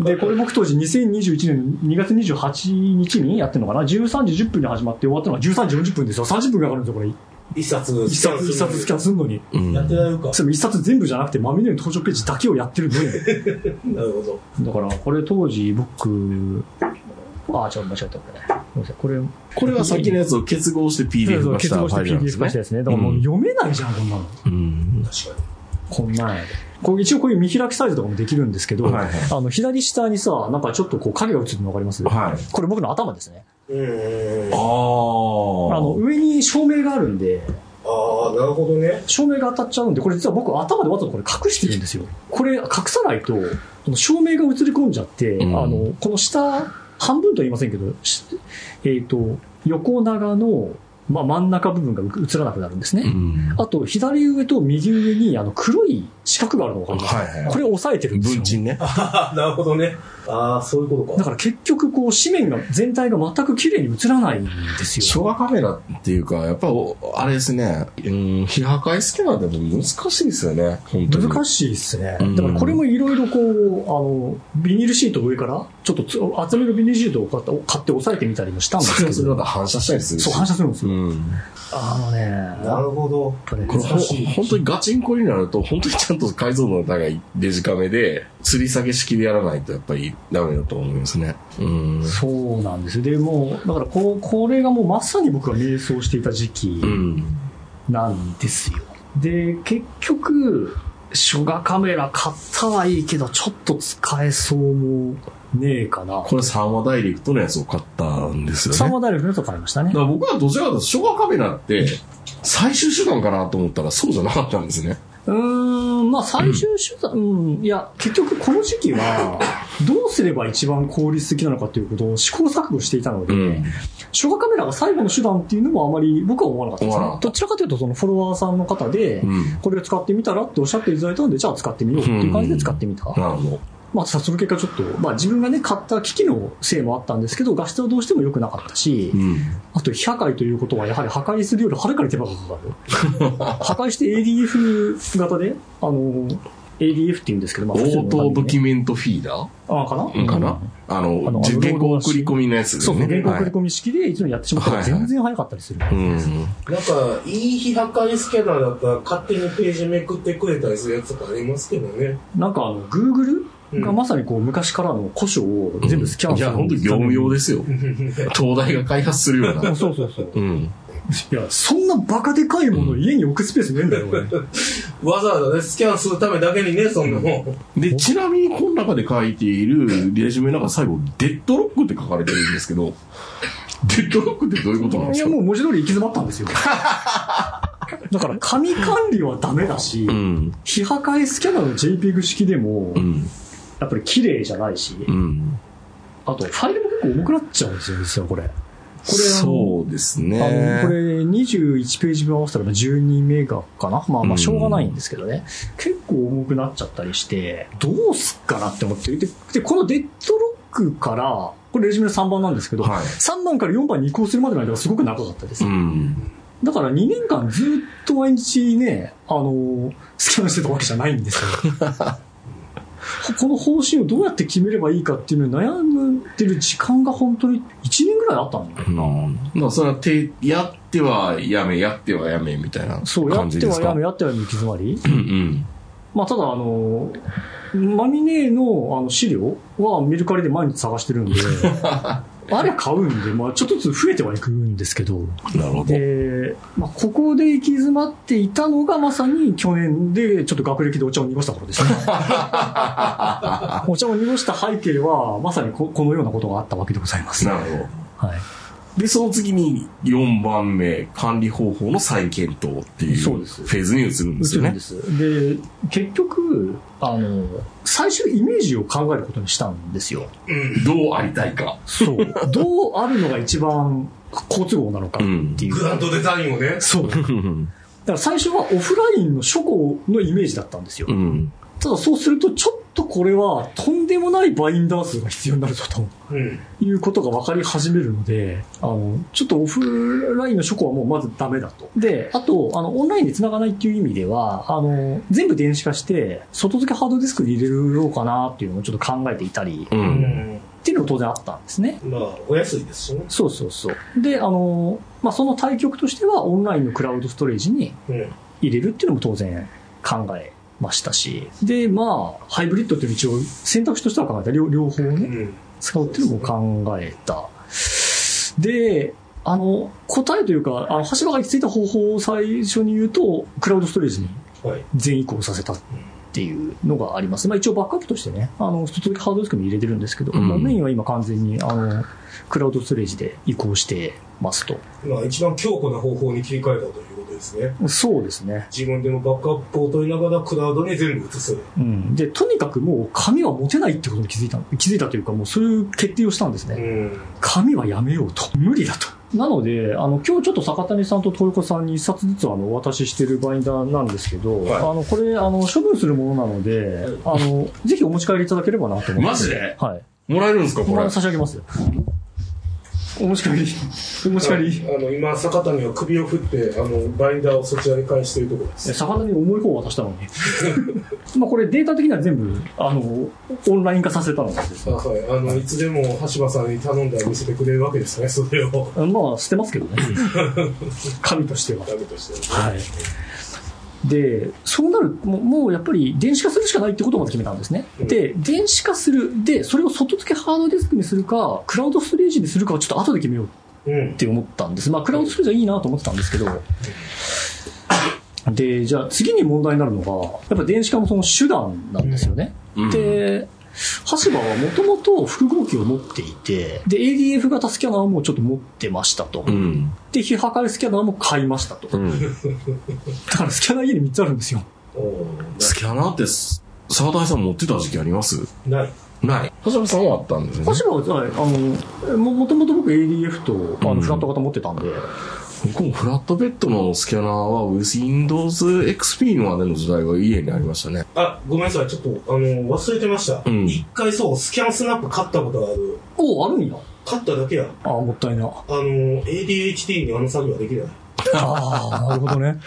で、これ僕当時2021年2月28日にやってるのかな ?13 時10分に始まって終わったのが13時40分ですよ。30分かかるんですよ、これ。
一冊
一冊、一冊スキャンするのに。
うん
やってられるか。
それも一冊全部じゃなくて、まみれの登場ページだけをやってるのに。
なるほ
だ
ど。
から、これ当時僕、ああ、ちょっと間違えた、これ。ごめんなさい、これ、
これは先のやつを結合して PDF 化し
結
た
合
フ
して
ァイルなんです
PDF 化した
ね。
やつね。だからもう読めないじゃん、こんなの。
うん。
確か
こんなんやで。これ一応こういう見開きサイズとかもできるんですけど、
はいはい
あの、左下にさ、なんかちょっとこう影が映ってるのわかります
はい。
これ僕の頭ですね。
に。うん。
あ
あ
あの、
あ。
上に照明があるんで、
あー、なるほどね。
照明が当たっちゃうんで、これ実は僕頭でわざとこれ隠してるんですよ。これ隠さないと、この照明が映り込んじゃって、
うん
あの、この下、半分とは言いませんけど、しえっ、と、横長の、まあ、真ん中部分が映らなくなるんですね。
うん。
あと、左上と右上に、あの、黒い四角があるのわかります、
はいはい
これ押さえてるんですよ。
文鎮ね。
あなるほどね。ああ、そういうこと
だ
か。
から結局、こう、紙面が、全体が全く綺麗に映らないんですよ。
昭和カメラっていうか、やっぱお、あれですね、うん、非破壊スキャナーって難しいですよね、本当に。
難しいですね
うん。
だからこれもいろいろこう、あの、ビニールシートを上から、ちょっとつ厚めのビニールシートを買って買って押さえてみたりもしたんで
そ
す
れ
け
はそれ
ど
ま。た反射したりするし
そう、反射するんですよ。
うん。
あのね、
なるほど。
これ
これほ
難しい
本当にガチンコになると、本当にちゃんと解像度の高いデジカメで、吊り下げ式でやらないとやっぱりダメだと思いますね。うん。
そうなんですよ。で、もう、だからこう、これがもうまさに僕が迷走していた時期。
うん。
なんですよ。で、結局、書画カメラ買ったはいいけど、ちょっと使えそうもねえかな。
これサーマダイレクトのやつを買ったんですよね。
サーマダイレクトのやつを買いましたね
だ。から僕はどちらかというと、昭和カメラって、最終手段かなと思ったら、そうじゃなかったんですね。
うーん、まあ最終手段、うん、いや、結局この時期 (laughs) は、どうすれば一番効率的なのかということを試行錯誤していたので、
うん。
書画カメラが最後の手段っていうのもあまり僕は思わなかったです
思わなか
ね
っ。た
どちらかというと、そのフォロワーさんの方で、
うん。
これを使ってみたらっておっしゃっていただいたので、じゃあ使ってみようっていう感じで使ってみた。
なるほど。
まあ、さその結果ちょっと、まあ自分がね、買った機器のせいもあったんですけど、画質はどうしても良くなかったし
う、ん。
あと、非破壊ということは、やはり破壊するよりはるかに手間がか
(laughs)
かる。破壊して ADF 型で、あの、ADF って言うんですけど、ま
オ (laughs)
あ、普通の
ートドキ
紙ね
ュメントフィーダ
あ、かな
ーかな、あ
あ
の
の、
じ
あの
原稿送り込みのやつです
そう
ね。
そう、原稿
はい
繰り込み式でいつもやってしまったら
はいはい
全然早かったりする。
うん。
なんか、いい非破壊スキャナーだったら勝手にページめくってくれたりするやつとかありますけどね。
なんか、あの、Google
うん
がまさにこう、昔からの古書を全部スキャン
い
する。
や、本当業務用
で。
です
(laughs)
よ。東大が開発するような。
そうそうそう。
うん。
いや、そんなバカでかいもの家に置くスペースねえんだよ、
(laughs)
俺。
わざわざね、スキャンするためだけにね、そんなもん。
で、ちなみにこの中で書いているレジュメの中最後、デッドロックって書かれてるんですけど、 (laughs) デッドロックってどういうことなんで
い
す
や、
か
もう文字通り行き詰まった
(laughs)
んですよ。だから、紙管理はダメだし、
うん。
非破壊スキャナーの JPEG 式でも
う、ん。
やっぱり綺麗じゃないし、
うん。
あと、ファイルも結構重くなっちゃうんですよ、実はこれ。これ
そうです
あ
ね。
の、あのこれ21ページ分合わせたら12メガかなまあまあ、しょうがないんですけどね。結構重くなっちゃったりして、どうすっかなって思って、で、でこのデッドロックから、これレジュメの3番なんですけど、
はい
3番から4番に移行するまでの間がすごく長かったです。
うん。
だから2年間ずっと毎日ね、あのースキャンしてたわけじゃないんです (laughs) よ。この方針をどうやって決めればいいかっていうのに悩んでる時間が本当に1年ぐらいあったの
なんだからそれは手、やってはやめ、やってはやめ、みたいな
そう、や
感
っ
じ
て
で
は
す
や
か
め、やってはやめ行き詰まり。
うん
まあ、ただ、あの (laughs) ーマミネーのあの資料はメルカリで毎日探してるんで、あれ買うんで、まあちょっとずつ増えてはいくんですけど、
なるほど。
で、まあ、ここで行き詰まっていたのがまさに去年でちょっと学歴でお茶を濁した
(laughs)
頃ですね。お茶を濁した背景は、まさにここのようなことがあったわけでございます。
なるほど。
はい。
で、その次に4番目、管理方法の再検討っていう
そ
フェ
うです
ーズに移るんですよね。
す。で、結局、あの、最終イメージを考えることにしたんですよ。
どうありたいか。
そう。 (laughs) どうあるのが一番好都合なのかっていう。
グランドデザインをね。
そう。だから最初はオフラインの書庫のイメージだったんですよ。
うん。
ただそうすると、ちょっとこれはとんでもないバインダー数が必要になるぞと
うん。
いうことが分かり始めるので、あの、ちょっとオフラインの書庫はもうまずダメだと。で、あと、あの、オンラインで繋がないっていう意味では、あの、全部電子化して、外付けハードディスクに入れようかなっていうのをちょっと考えていたり、
う。
うんん。
っていうのも当然あったんですね。
まあ、お安いですしね。
そうそうそう。で、あの、まあ、その対局としては、オンラインのクラウドストレージに
うん。
入れるっていうのも当然考えましたし、で、まあ、ハイブリッドっていう道を選択肢としては考えた。両両方を
う
ね、
ん。
使うっていうのも考えた。で、あの、答えというか、あの、橋場が行き着いた方法を最初に言うと、クラウドストレージに
はい。
全移行させたっていうのがあります。まあ一応バックアップとしてね、あの、一つだけハードディスクに入れてるんですけど、
うん
まあメインは今完全に、あの、クラウドストレージで移行してますと。
まあ、一番強固な方法に切り替えたということですね。
そうですね。
自分でもバックアップを取りながらクラウドに全部移す。
うん。で、とにかくもう紙は持てないってことに気づいたの、気づいたというかもうそういう決定をしたんです
う
ね。
ん。
紙はやめようと。無理だと。なので、あの、今日ちょっと坂谷さんと豊子さんに一冊ずつあの、お渡ししてるバインダーなんですけど、
はい
あの、これ、あの、処分するものなので、あの、ぜひお持ち帰りいただければなと思って。
マジで
はい。
もらえるんですか、こ
今
れ。
差し上げますよ。お持ち帰り。お持ち帰り。
あの、今、坂谷は首を振って、あの、バインダーをそちらに返しているところで
え
す。
魚に重い方を渡したのに。 (laughs) まあこれデータ的には全部、あの、オンライン化させたので。
あはい。あの、いつでも橋場さんに頼んだら見せてくれるわけですね、それを。
まあ捨てますけどね。神としては。
ダメとしては。
はい。で、そうなる、もうもうやっぱり電子化するしかないってことまで決めたんですね。
うん
で、電子化する。で、それを外付けハードディスクにするか、クラウドストレージにするかはちょっと後で決めよう
うん
っ。て思ったんです。まあ、クラウドストレージはいいなと思ってたんですけど、で、じゃあ次に問題になるのが、やっぱ電子化もその手段なんですよね。
うん
で、ハシバはもともと複合機を持っていて、で、ADF 型スキャナーもちょっと持ってましたと。
うん。
で、非破壊スキャナーも買いましたと。
う
だ
ん。
からスキャナー家に3つあるんですよ。
お
スキャナーってす、沢谷さん持ってた時期あります
ーない。
ない。橋本さんはあったんですよ
ハ
ね
シ。バは、はいあの、ももともと僕 ADF とあ
うん
のフラット型持ってたんで、
僕もフラットベッドのスキャナーは Windows XP のまでの時代が家にありましたね。
あ、ごめんなさい。ちょっと、あの、忘れてました。
うん
一回そう、スキャンスナップ買ったことがある。
おお、あるんや。
買っただけや。
ああ、もったいな。
あの、ADHD にあの作業はできない。
ああ、なるほどね。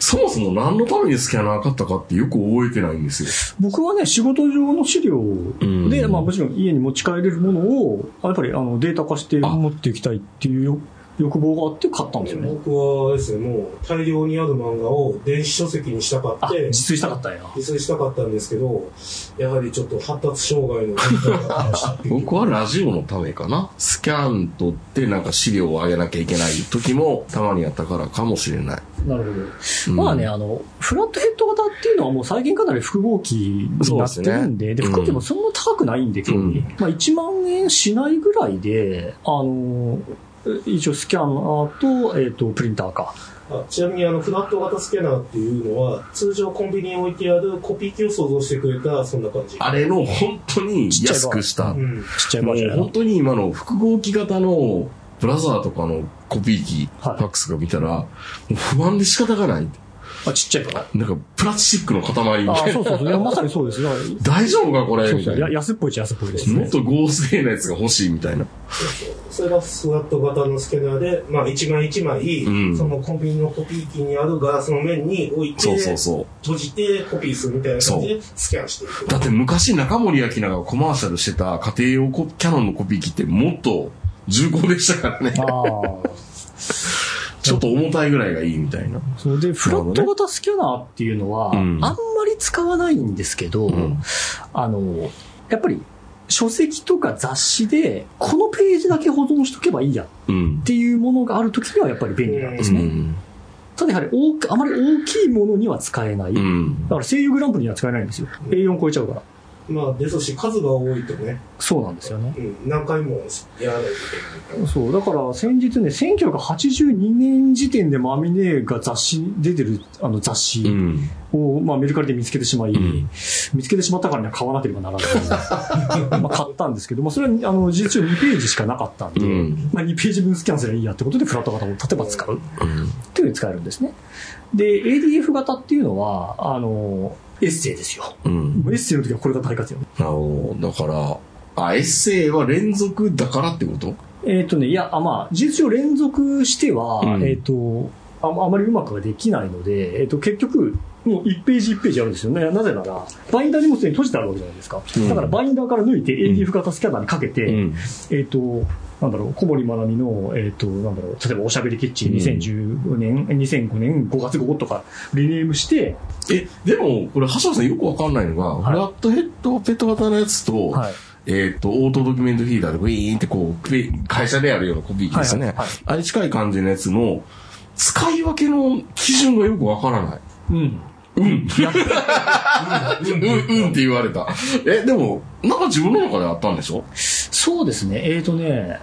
そもそも何のためにスキャナー買ったかってよく覚えてないんですよ。
僕はね、仕事上の資料で、
うん
まあもちろん家に持ち帰れるものを、やっぱりあのデータ化して持っていきたいっていう欲欲望があって買ったんですよね。
僕はですね、もう大量にある漫画を電子書籍にしたか
あ
って、、
自炊したかったんや。
実際したかったんですけど、やはりちょっと発達障害の実態がありましたっていう
僕はラジオのためかな。スキャン取ってなんか資料を上げなきゃいけない時もたまにやったからかもしれない。
なるほど。
うん
まあね、あの、フラットヘッド型っていうのはもう最近かなり複合機になってるんで、で
そうですね
複合機もそんな高くないんで、今日に。
うん
まあ1万円しないぐらいで、あの、一応スキャナーと、えっ、と、プリンターか。
あちなみにあのフラット型スキャナーっていうのは通常コンビニに置いてあるコピー機を想像してくれたそんな感じ
あれの本当に安くした
う。ん
ちっちゃいバ
も
ージョン
う
やな
本。当に今の複合機型のブラザーとかのコピー機、フ
はい
ァックスが見たら、もう不安で仕方がない。
あ、ちっちゃいから。
なんかプラスチックの塊み
あ
たい
そ
な
う。そうそう。いや、まさにそうです。
(laughs)
だから
大丈夫かこれ
そう
み
そ
た
う
い
や
な。
安っぽいっちゃ安っぽいです
も
ね
っ。と合成なやつが欲しいみたいな。
それがフラット型のスキャナーで、まあ、一枚一枚、
うん
そのコンビニのコピー機にあるガラスの面に置いて
そうそうそう。
閉じてコピーするみたいな感じでスキャンしていく
だって昔中森明菜がコマーシャルしてた家庭用コキャノンのコピー機ってもっと重厚でしたからね。
あ
ちょっと重たいぐらいがいいみたいな。
あ。そうで、フラット型スキャナーっていうのは、
うん
あんまり使わないんですけど、
ん
あの、やっぱり、書籍とか雑誌で、このページだけ保存しとけばいいやっ
うん。
ていうものがあるときにはやっぱり便利なんですね。
うん。
ただやはり大きあまり大きいものには使えない。
う
だ
ん。
から声優グランプリには使えないんですよ。A4 超えちゃうから。
まあ、ですし、数が多いとね、
そうなんですよね。
うん、何回もやらないといけないか
そう。だから先日ね、1982年時点でマミネが雑誌、出てるあの雑誌
うん。
を、まあメルカリで見つけてしまい、
うん
見つけてしまったからには買わなければならない。 (laughs) まあ買ったんですけど、まあそれはあの事実上2ページしかなかったんで、
うん。
まあ2ページ分スキャンすればいいやってことでフラット型を例えば使う。っていうのに使えるんですね。で、ADF 型っていうのは、あの、エッセイですよ。
うん。
もうエッセイの時はこれが大活用。
なるほど。だから、あ、エッセイは連続だからってこと
えっ、とね、いや、あまあ、事実上連続しては、
うん
えっ、とあ、あまりうまくはできないので、えっ、と、結局、もう1ページ1ページあるんですよね。なぜなら、バインダーにもすでに閉じてあるわけじゃないですか。
うん
だから、バインダーから抜いて
ん
ADF 型スキャナーにかけて、
ん。
えっ、と、なんだろう、小森まなみの、えっ、と、なんだろう、例えば、おしゃべりキッチン
うん
2015年、2005年5月号とか、リネームして、
え、でも、これ、橋本さんよくわかんないのが、
い
フラットヘッドペット型のやつと、
はい。
えっ、と、オートドキュメントフィーダーで、ウィーンってこう、ペ会社でやるようなコピー機ですよね。
はいはいはい
あれに近い感じのやつの、使い分けの基準がよくわからない。
うん。
うん、うんって言われた。 (laughs) え、でも、なんか自分の中であったんでしょ
そうですね、えっ、とね、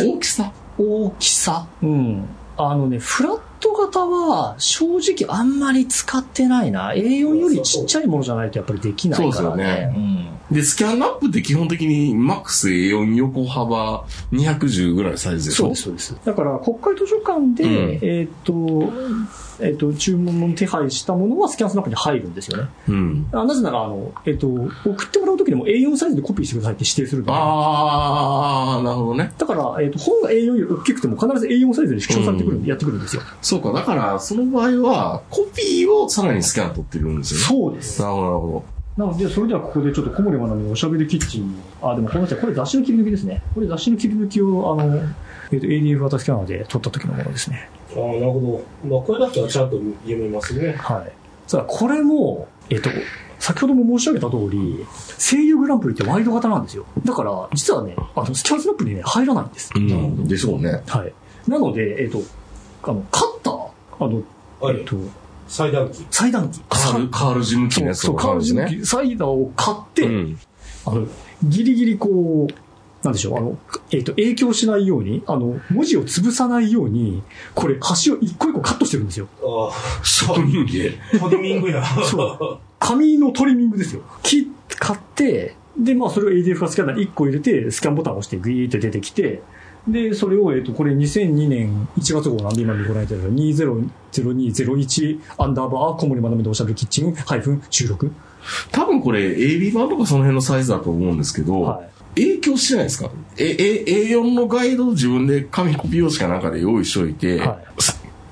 大きさ
大きさ。うん。あのね、フラット型は正直あんまり使ってないな。A4 よりちっちゃいものじゃないとやっぱりできないからね。
で、スキャンラップって基本的に MAX4 横幅210ぐらいのサイズ
うん
でし
そう
ょ
です、そうです。だから国会図書館で、
うん
えーっと、えーっと、注文の手配したものはスキャンスナップに入るんですよね。
うん。
あなぜなら、あの、えーっと、送ってもらうときでも A4 サイズでコピーしてくださいって指定するんで。
あー、なるほどね。
だから、えーっと、本が A4 より大きくても必ず A4 サイズに縮小されてくるんで、やってくるんですよ。
そうか、だから、その場合は、コピーをさらにスキャン取ってるんですよね。
そうです。
なるほど、なるほ
なので、それではここでちょっと小森まなみのおしゃべりキッチンを、あ、でもこの人これ雑誌の切り抜きですね。これ雑誌の切り抜きを、あの、えっ、と、ADF 型スキャナーで撮った時のものですね。
ら。ああ、なるほど。まあ、これだったらちゃんと読めますね。
はい。ただ、これも、えっ、と、先ほども申し上げた通り、声優グランプリってワイド型なんですよ。だから、実はね、あの、スキャンスナップにね、入らないんです。
ど。うん。でしょうね。
はい。なので、えっ、と、あの、カッター、あの、
あ
えっ、
れ、
と、
裁断機。
裁断機。
カール、カールジム機
そ
の
う、
やつ
そ
と
う、
かあ
カ
るん
ー
です
ジ
ね。
機、サイダーを買って、
うん。
あの、ギリギリこう、なんでしょう、あの、えっ、と、影響しないように、あの、文字を潰さないように、これ、端を一個一個カットしてるんですよ。
ああ、
職人芸。
トリミン
(laughs)
グや。
そう紙のトリミングですよ。切っ買って、で、まあ、それを ADF がスキャナーに1個入れて、スキャンボタンを押して、グイーって出てきて、で、それを、えっ、と、これ2002年1月号なんで今見ご覧いただいたのが200201アンダーバー小森まなみのおしゃべりキッチン、ハイフン16。
多分これ、AB 版とかその辺のサイズだと思うんですけど、
はい。
影響してないですかえ、え、A4 のガイドを自分で紙コピー用紙かなんかで用意しといて、
は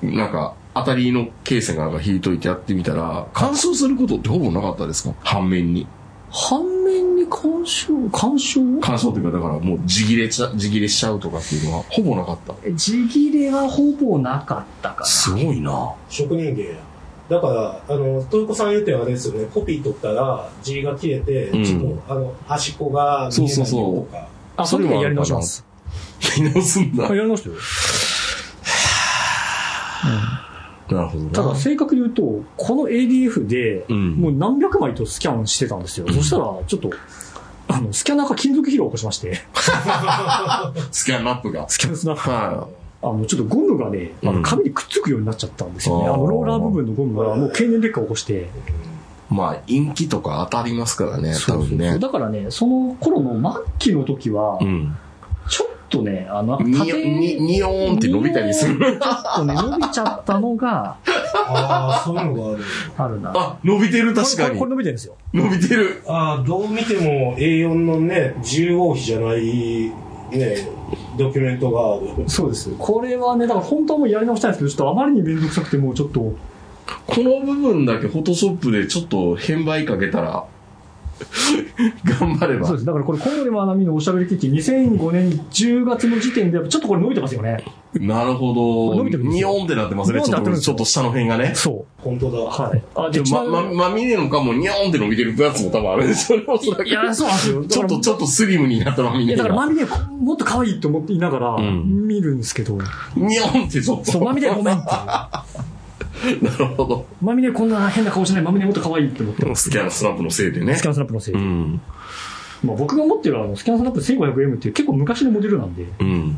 なんか、当たりのケースなんか引いといてやってみたら、干渉することってほぼなかったですか反面に。
反面に干渉、干渉
干渉っていうか、だからもう、地切れちゃ、地切れしちゃうとかっていうのは、ほぼなかった。
地切れはほぼなかったか
すごいな
職人芸や。だから、あの、豊子さん言うてはあれですよね、コピー取ったら、字が切れて、
うん
ちょっと、あの、端っこが見えないよとか。
あ、それもやり直します。
見直すんだ。
あ
な
やり直してよ。
るほどな
ただ、正確に言うと、この ADF で、
うん
もう何百枚とスキャンしてたんですよ。そしたら、ちょっと、あの、スキャナーが金属疲労を起こしまして、
(laughs) スキャンナップが。
スキャンスナップ
は
あの、ちょっとゴムがね、あ
う
の
ん
紙にくっつくようになっちゃったんですよね。
あー
あの、ローラー部分のゴムがもう経年劣化を起こして、
い。まあ、陰気とか当たりますからね、多分ね。
だからね、その頃の末期の時は
う、ん。
ちょっとね、あの、
によ、に、によーんって伸びたりする。
ちょっとね、伸びちゃったのが
ああ、そういうのがある。
あるな。
あ、伸びてる、確か
これ
に
これ。伸びてるんですよ。
伸びてる。
(laughs) ああ、どう見ても A4 のね、15比じゃない、ね、ドキュメントがある。
そうです。これはね、だから本当はもうやり直したいんですけど、ちょっとあまりに面倒くさくて、もうちょっと、
この部分だけフォトショップでちょっと変売かけたら、 (laughs) 頑張れば
そう。です。だからこれ、小森まなみのおしゃべり劇、2005年10月の時点で、ちょっとこれ伸びてますよね。
なるほど。
伸びてるんです
に
よ
ょんってなってますね。
にょんっ
ち
て
ょ
な
っ
ってる
と、
んです
ちょ
よ
っと下の辺がね。
そ
本当だ。
はい。あ、
でも、ま、ま、まみれのかもにょんって伸びてるやつも多分あるんでしょうね、おそらく
いや、そうなんですよ。
ちょっと、ちょっとスリムになったまみ
い
れ
やだから、
が。
まみれ、もっと可愛いと思って言いながら、
ん
見るんですけど、
にょんってちょっ
そ
と。
う、まみれごめんって。
なるほど。
まみれこんな変な顔しない、まみれもっと可愛いって思って。
スキャンスナップのせいでね
スキ。ャンスナップのせいで。
うん。
まあ僕が持ってるあの、スキャンスナップ 1500M っていう結構昔のモデルなんで、
うん。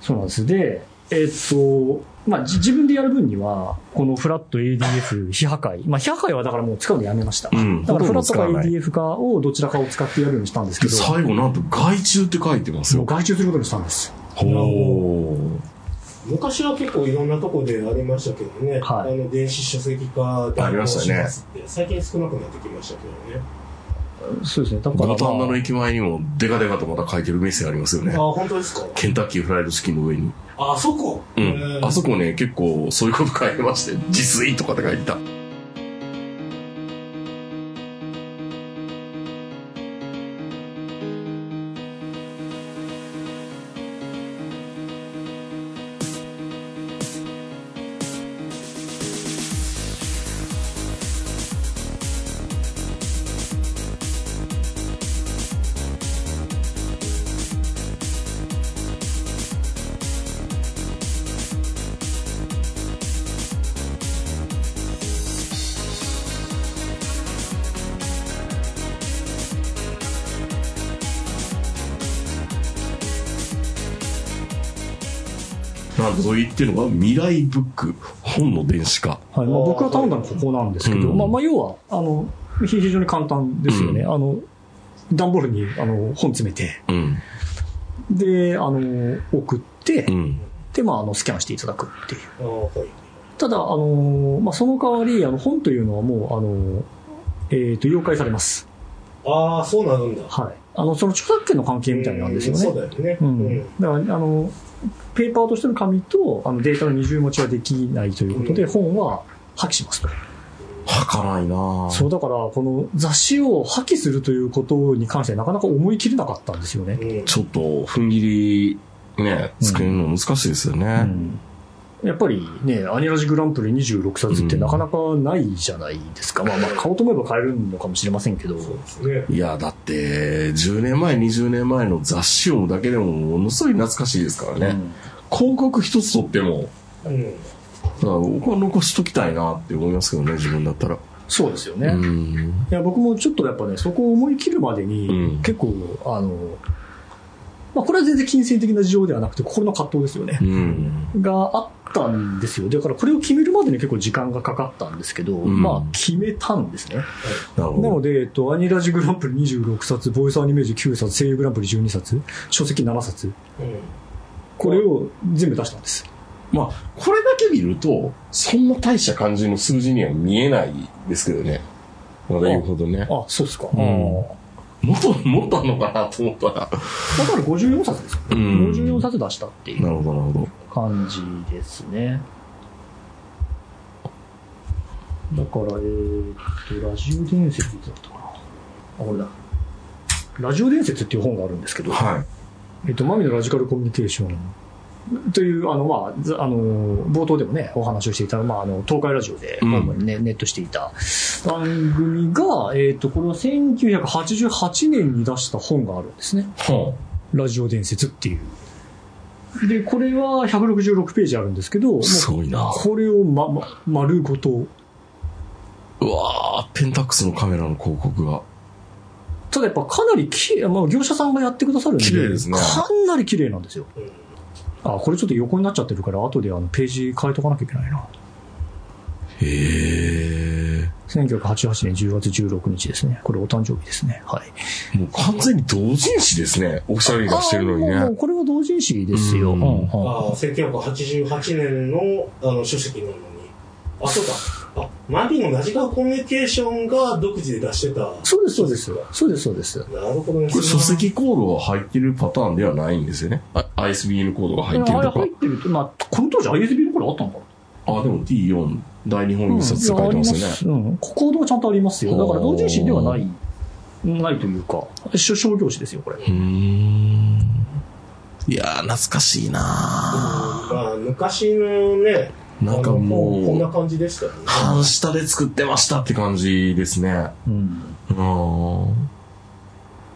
そうなんです。で、えっと、まあじ自分でやる分には、このフラット ADF、非破壊。まあ非破壊はだからもう使うのやめました。
うん
だからフラットか
ほとんど使わない
ADF かをどちらかを使ってやるようにしたんですけど、
最後なんと害虫って書いてます
もう
よ。
外注することにしたんです。
ほー。
昔は結構いろんなとこでありましたけどね。
はい
あの、電子書籍化
ありましたね
代行しますって最近少なくなってきましたけどね。
そうですね。だか
五
ら、
反田の
ま
駅前にもデカデカとまた書いてる店ありますよね
あ、。本当ですか
ケンタッキーフライドチキンの上に。
あ、そこ
う
え
ん。
ー
あそこね、結構そういうこと書いてまして、自炊とかって書いてた。なんとそう言ってるのが未来ブック、本の電子化。
あはいまあ、僕が頼んだのはここなんですけど、
うん
まあ、まあ要は、あの、非非常に簡単ですよね。
う
あの、段ボールにあの本詰めて、
うん。
で、あの、送って、
うん。
で、まあ、あの、スキャンしていただくっていう。
あはい。
ただ、あの、まあ、その代わり、あの、本というのはもう、あの、えっ、と、妖解されます。
ああ、そうなるんだ。
はい。あの、その著作権の関係みたいなんですよね。
うんそうだよね。
うん
うん
だから、あの、ペーパーとしての紙と、あの、データの二重持ちはできないということで、
う
本は破棄しますと。
はかないなぁ
そう、だから、この雑誌を破棄するということに関してなかなか思い切れなかったんですよね。
うん
ちょっと、踏ん切り、ね、
うん
作るの難しいですよね。
うんやっぱりね、アニラジグランプリ26冊ってなかなかないじゃないですか。まあまあ、買おうと思えば買えるのかもしれませんけど。
そうですね。
いや、だって、10年前、20年前の雑誌をだけでも、ものすごい懐かしいですからね。
うん
広告一つ取っても、
うん。
だから僕は残しときたいなって思いますけどね、自分だったら。
そうですよね。
う
い
ん。
や、僕もちょっとやっぱね、そこを思い切るまでに、
うん
結構、あの、まあ、これは全然金銭的な事情ではなくて、心の葛藤ですよね
う。ん。
があったんですよ。だから、これを決めるまでに結構時間がかかったんですけど、
ん
まあ、決めたんですね。
なるほ
な
ど。
ので、えっと、アニラジグランプリ26冊、ボイスアニメージ9冊、声優グランプリ12冊、書籍7冊、
うん。
これを全部出したんです。
まあ、これだけ見ると、そんな大した感じの数字には見えないですけどね。まだ言うほどね。
あ、そうです
ん
か。あ
もっと、もっとあんのかなと思ったら。
ーだから54冊ですよ。
うん
54冊出したっていう
なるほど、なるほど。
感じですね。だから、えーっと、ラジオ伝説だったかな。あ、これだ。ラジオ伝説っていう本があるんですけど、
は
えっと、マミのラジカルコミュニケーションという、あの、まあ、ざあの、冒頭でもね、お話をしていた、まあ、あの、東海ラジオで、
うん
主にね、ネットしていた番組が、えっと、これは1988年に出した本があるんですね。
い。は
ラジオ伝説っていう。で、これは166ページあるんですけど、もう
あ、すごいな。
これをま、ま、丸ごと。
うわーペンタックスのカメラの広告が。
ただやっぱかなりきれい、まあ、業者さんがやってくださるんで、
綺麗ですね
かなり綺麗なんですよ。
うん
あ、これちょっと横になっちゃってるから、後であのページ変えとかなきゃいけないな。
へえ。
1988年10月16日ですね。これお誕生日ですね。はい。
もう完全に同人誌ですね。お二人がしてるのに
あーもうも
ね
う。これは同人誌ですよ。
うん
ああ、1988年のあの書籍なのに。あ、そうか。あ、マビのラジカルコミュニケーションが独自で出してた。な
そうです、そうです。そうです、そうです。
るほどね。
これ書
そんな
籍コードが入ってるパターンではないんですよね。あ ISBN コードが入ってる
あれ
とか
入。ってると、まあ、この当時 ISB の頃あったのかな
あ、でも T4、大日本印刷って書いてますよね。
ね。うん。コードはちゃんとありますよ。だから同人誌ではない。ないというか、しょ商業誌ですよ、これ。
うーん。いやー、懐かしいな
まあ、昔のね、
ーなんか
あのこんな
もう、
感じでしたよね。
半下で作ってましたって感じですね。
うん。
うーん。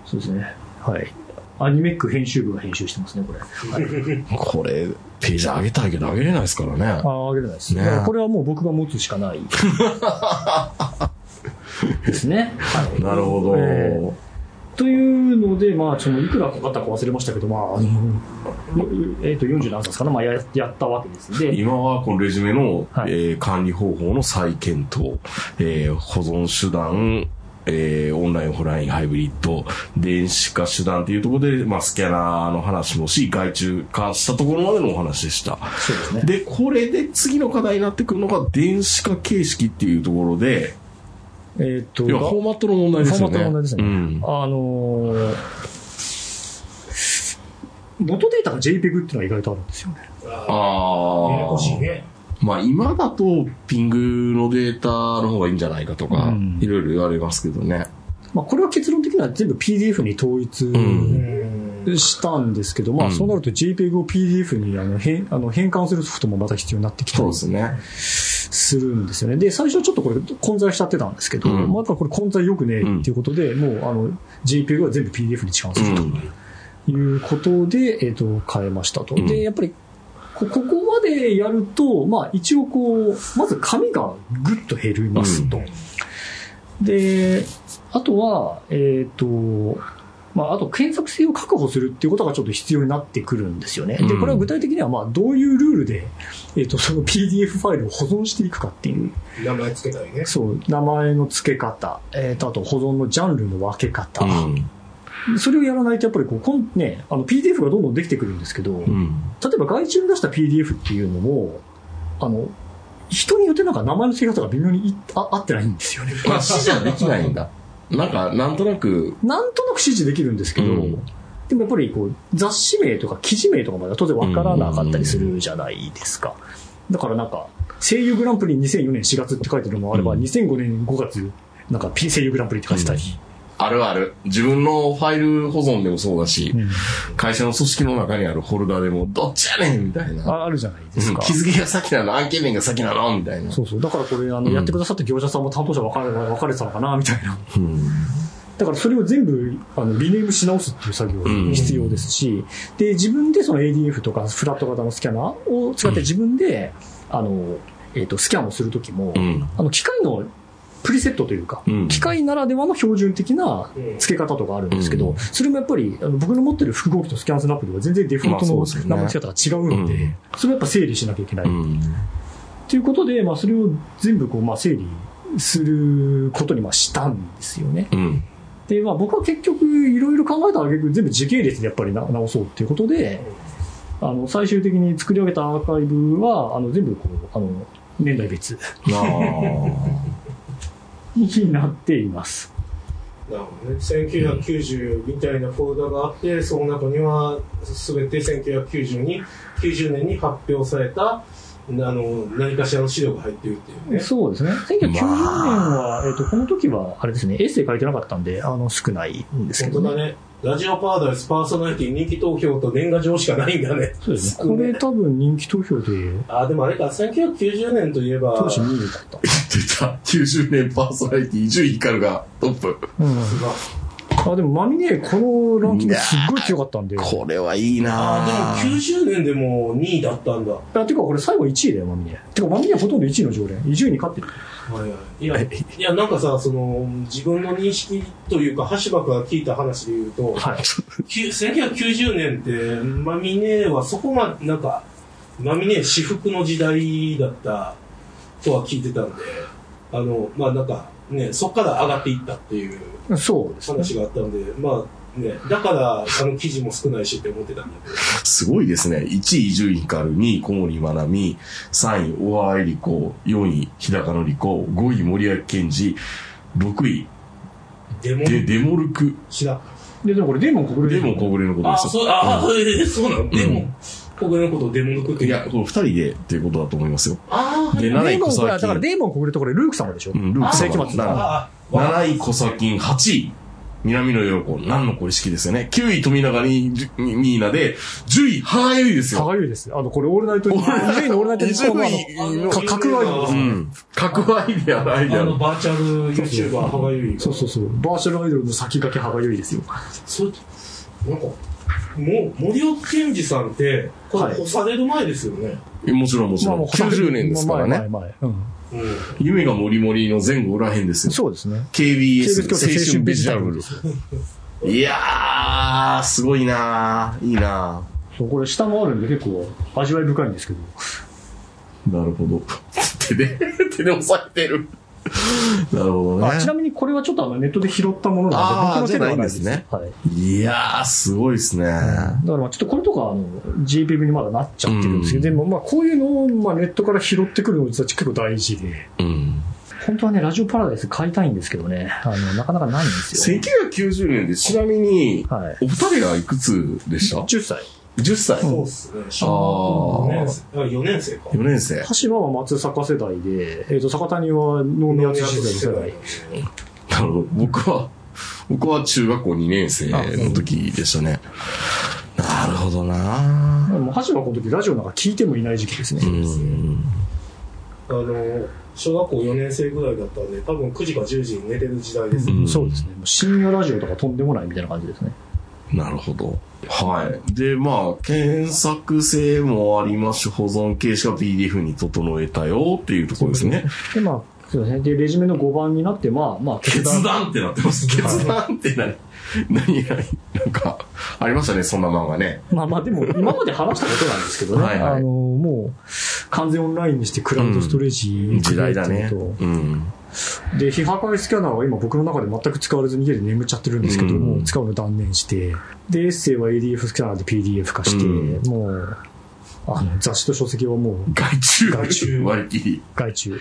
そうですね。はい。アニメック編集部が編集してますね、これ。
これ、ページ上げたいけど上げれないですからね。
ああげれないです。
ね
だからこれはもう僕が持つし
(laughs)
かない。ですね。はい。
なるほど。
えーというので、まあ、そのいくらかかったか忘れましたけど、まあ、あのえっ、と、40何冊かな、まあや、やったわけです。で、
今はこのレジュメの、
はい
えー管理方法の再検討、えー保存手段、えーオンライン、オフライン、ハイブリッド、電子化手段っていうところで、まあ、スキャナーの話もし、外注化したところまでのお話でした。
そうですね。
で、これで次の課題になってくるのが、電子化形式っていうところで、
えっ、と、
要はフォーマットの問題ですよね。
フォーマットの問題ですね
うん。
あのー元データが JPEG っていうのは意外とあるんですよね。
ああ、やや
あ
こ
あ。
しいね。
まあ今だとピングのデータの方がいいんじゃないかと
う
か
ん、
いろいろ言われますけどね。
まあ、これは結論的には全部 PDF に統一
ん
うん。
したんですけど、まあ、
うん
そうなると JPEG を PDF にあの変あの変換するソフトもまた必要になってきた
そう
り
ですね。
するんですよね。で、最初はちょっとこれ混在しちゃってたんですけど、
うん
まあ、やっぱこれ混在良くねえ
うん
っていうことで、もうあの JPEG は全部 PDF に置換す
う
ると。
ん。
いうことで、えっ、と、変えましたと。
うん
で、やっぱり、こここまでやると、まあ一応こう、まず紙がぐっと減りますと。で、あとは、えっ、と、まあ、あと検索性を確保するっていうことがちょっと必要になってくるんですよね。で、
うん
これは具体的には、まあ、どういうルールで、えっ、と、その PDF ファイルを保存していくかっていう、
名前つけたりね。
そう、名前の付け方、えっ、と、あと保存のジャンルの分け方、
うん。
それをやらないと、やっぱりこう、こんね、あの PDF がどんどんできてくるんですけど、
う
例
ん。
えば外注に出した PDF っていうのも、あの、人によってなんか名前の付け方が微妙にいあ合ってないんですよね。
まあ死じゃできないんだ。なんか、なんとなく、
なんとなく指示できるんですけど、
うん
でもやっぱりこう雑誌名とか記事名とかまでは当然わからなかったりするじゃないですか。だからなんか、声優グランプリ2004年4月って書いてるのもあれば、
うん
2005年5月、なんか P 声優グランプリって書いてたり。
あるある。自分のファイル保存でもそうだし、会社の組織の中にあるホルダーでも、どっちやねんみたいな。
ああるじゃないで
うん
すか。
気づきが先なの、案件面が先なのみたいな。
そうそう。だからこれ、あの、
うん
やってくださった業者さんも担当者分かれ (laughs) 分かれてたのかな、みたいな。
うん。
だからそれを全部あのリネームし直すっていう作業
うん
が必要ですし、で自分でその ADF とかフラット型のスキャナーを使って自分で、あのえー、とスキャンをするときも、
うん。
あの機械のプリセットというか、
うん
機械ならではの標準的な付け方とかあるんですけど、
うん
それもやっぱりあの僕の持ってる複合機とスキャンスナップでは全然デフォルト
ま
の
あそうですよね
名前付け方が違うんで、
うん
それはやっぱ整理しなきゃいけない
うん。
ということで、まあ、それを全部こう、まあ、整理することにまあしたんですよね。
うん。
で、まあ、僕は結局いろいろ考えた挙句全部時系列でやっぱりな直そうっていうことであの最終的に作り上げたアーカイブはあの全部こうあの年代別
なあ。
になっています。
なるほどね。1990みたいなフォルダがあって、その中には、すべて1990に、90年に発表された、あの、何かしらの資料が入っているっていうね。
そうですね。1990年
ま
は、えっとこの時はあれですねエッセイ書いてなかったんであの少ないんですけ
本
ど
当
ね、
だね。ラジオパラダイスパーソナリティ人気投票と年賀状しかないんだね。
そうですね。これ多分人気投票で
あ、でもあれか、1990年といえば、
当時
ま
2位だった。
出た。90年パーソナリティ、伊集院光がトップ。
うん。
あ
あ、でもマミネこのランキングすっごい強かったんで。
これはいいな
あー、でも90年でも2位だったんだ。
あてかこれ最後1位だよ、マミネ。てかマミネほとんど1位の常連。伊集院に勝ってる。
はいはい、いや、いや、なんかさ、その、自分の認識というか、橋場が聞いた話で言うと、
はい。
きゅ1990年って、マミネはそこまで、なんか、マミネ私服の時代だったとは聞いてたんで、あの、まあなんか、ね、そこから上がっていったっていう
そうですね。
話があったんで、まあね、だから、あの記事も少ないしって思ってたんだけど、
すごいですね。1位伊集院光、2位小森まなみ、3位小川恵理子、4位日高のり子、5位森脇健児、6位
デモ
デデモルク。
知らん。
で、でもこれデーモン国
デ
連。
モ小暮のこと
あ、
です
そう、あ、えーそうなの、デ
う
モ、僕のことをデモのこと
いや、これ2人でっていうことだと思いますよ。
あー
で、
デー
7位
モ
小
ン国連。だから
崎。
デーモン国連とこれルーク様でしょ。
うん、ルーク
あ
様
世紀末
7
あー、
位小崎、8位南野陽子、何のこれ式ですよね。9位富永に、じゅミーナで、10位、歯がゆいです
歯
よ。
がゆいです。あの、これオールナイトニッポン、伊集院のオールナイトニッポンはあ
伊集院
の、
の
か格がいいです
う。ん。格アイデア、アイデ
あ
ア
の、
の。
バーチャル YouTuber、歯がゆい。
そうそうそう。バーチャルアイドルの先駆け歯がゆいですよ。
そうなんか、もう、森尾健二さんって、こ
は
れ、
い
干される前ですよね。
もちろんもちろん。90年ですから
前
ね。
前前うん
うん。
夢がもりもりの前後らへんですよ。
そうですね。
KBS
青
青
春
春
ベ
ベ
ジ
ジ
タ
タ
ブ
ブ
ル
ル。いやー、すごいなー。いいな
そうこれ下もあるんで結構味わい深いんですけど。
ー。なるほど。 (laughs) 手で、手で押さえてる。 (laughs) なるほど
あ
ね
ちな。みにこれはちょっとあのネットで拾ったものなんで、
あー
僕の手ではないです
じゃないん
ね
で。
はい。
いやー、すごいですね。
だからまあちょっとこれとかあの JPEG にまだなっちゃってるんですけど、でもまあこういうのをまあネットから拾ってくるのが実は結構大事で、
うん。
本当はね、ラジオパラダイス買いたいんですけどね、あの、なかなかないんですよ。
1990年でちなみに、
はい。
お二人がいくつでした
10歳。
?10 歳。
そうっすね。
あ
4
ー
年生。あ、4年生か。
4年生。
橋場は松坂世代で、えっ、と、坂谷は能見厚世代の世代。
なるほど。僕は、僕は中学校2年生の時でしたね。なるほどな
もう橋場はこの時ラジオなんか聞いてもいない時期ですね。
うん。
あの、小学校4年生ぐらいだったんで、多分9時か10時に寝てる時代です。
うん
そうですね。もう深夜ラジオとかとんでもないみたいな感じですね。
なるほど。はい。で、まあ、検索性もありますし、保存形式は PDF に整えたよっていうところですね。
で、まあ、そうですね。で、レジュメの5番になって、まあ、 (laughs) まあ、
決断ってなってます。
はい
決断って何何々なんか、ありましたね、そんな漫画ね。
まあまあでも、今まで話したことなんですけどね。
はいはい
あの、もう、完全オンラインにしてクラウドストレージ
時代だね。
クリエイティブと
うん。
で、非破壊スキャナーは今僕の中で全く使われずに家で眠っちゃってるんですけど、
うん
もう使うの断念して、で、エッセイは ADF スキャナーで PDF 化して、
うん
もう、あの、雑誌と書籍はもう
外注。
外注
割り切り。
外注。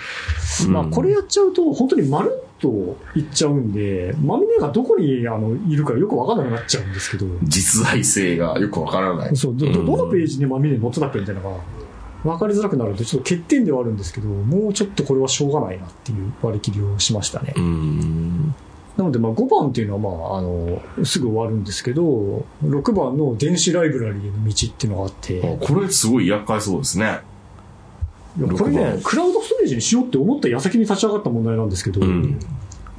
うん
まあ、これやっちゃうと、本当にまるっといっちゃうんで、マミネがどこにあのいるかよくわかんなくなっちゃうんですけど、
実在性がよくわからない。
そう、ど、ど
うん
どのページにマミネ載ってたっけみたいなのが、分かりづらくなるんで、ちょっと欠点ではあるんですけど、もうちょっとこれはしょうがないなっていう割り切りをしましたね。
うん。
なので、まあ、5番っていうのは、まあ、あの、すぐ終わるんですけど、6番の電子ライブラリーの道っていうのがあって、
あこれすごい厄介そうですね。
いやこれ
六
ね
番、
クラウドストレージにしようって思った矢先に立ち上がった問題なんですけど、
うん。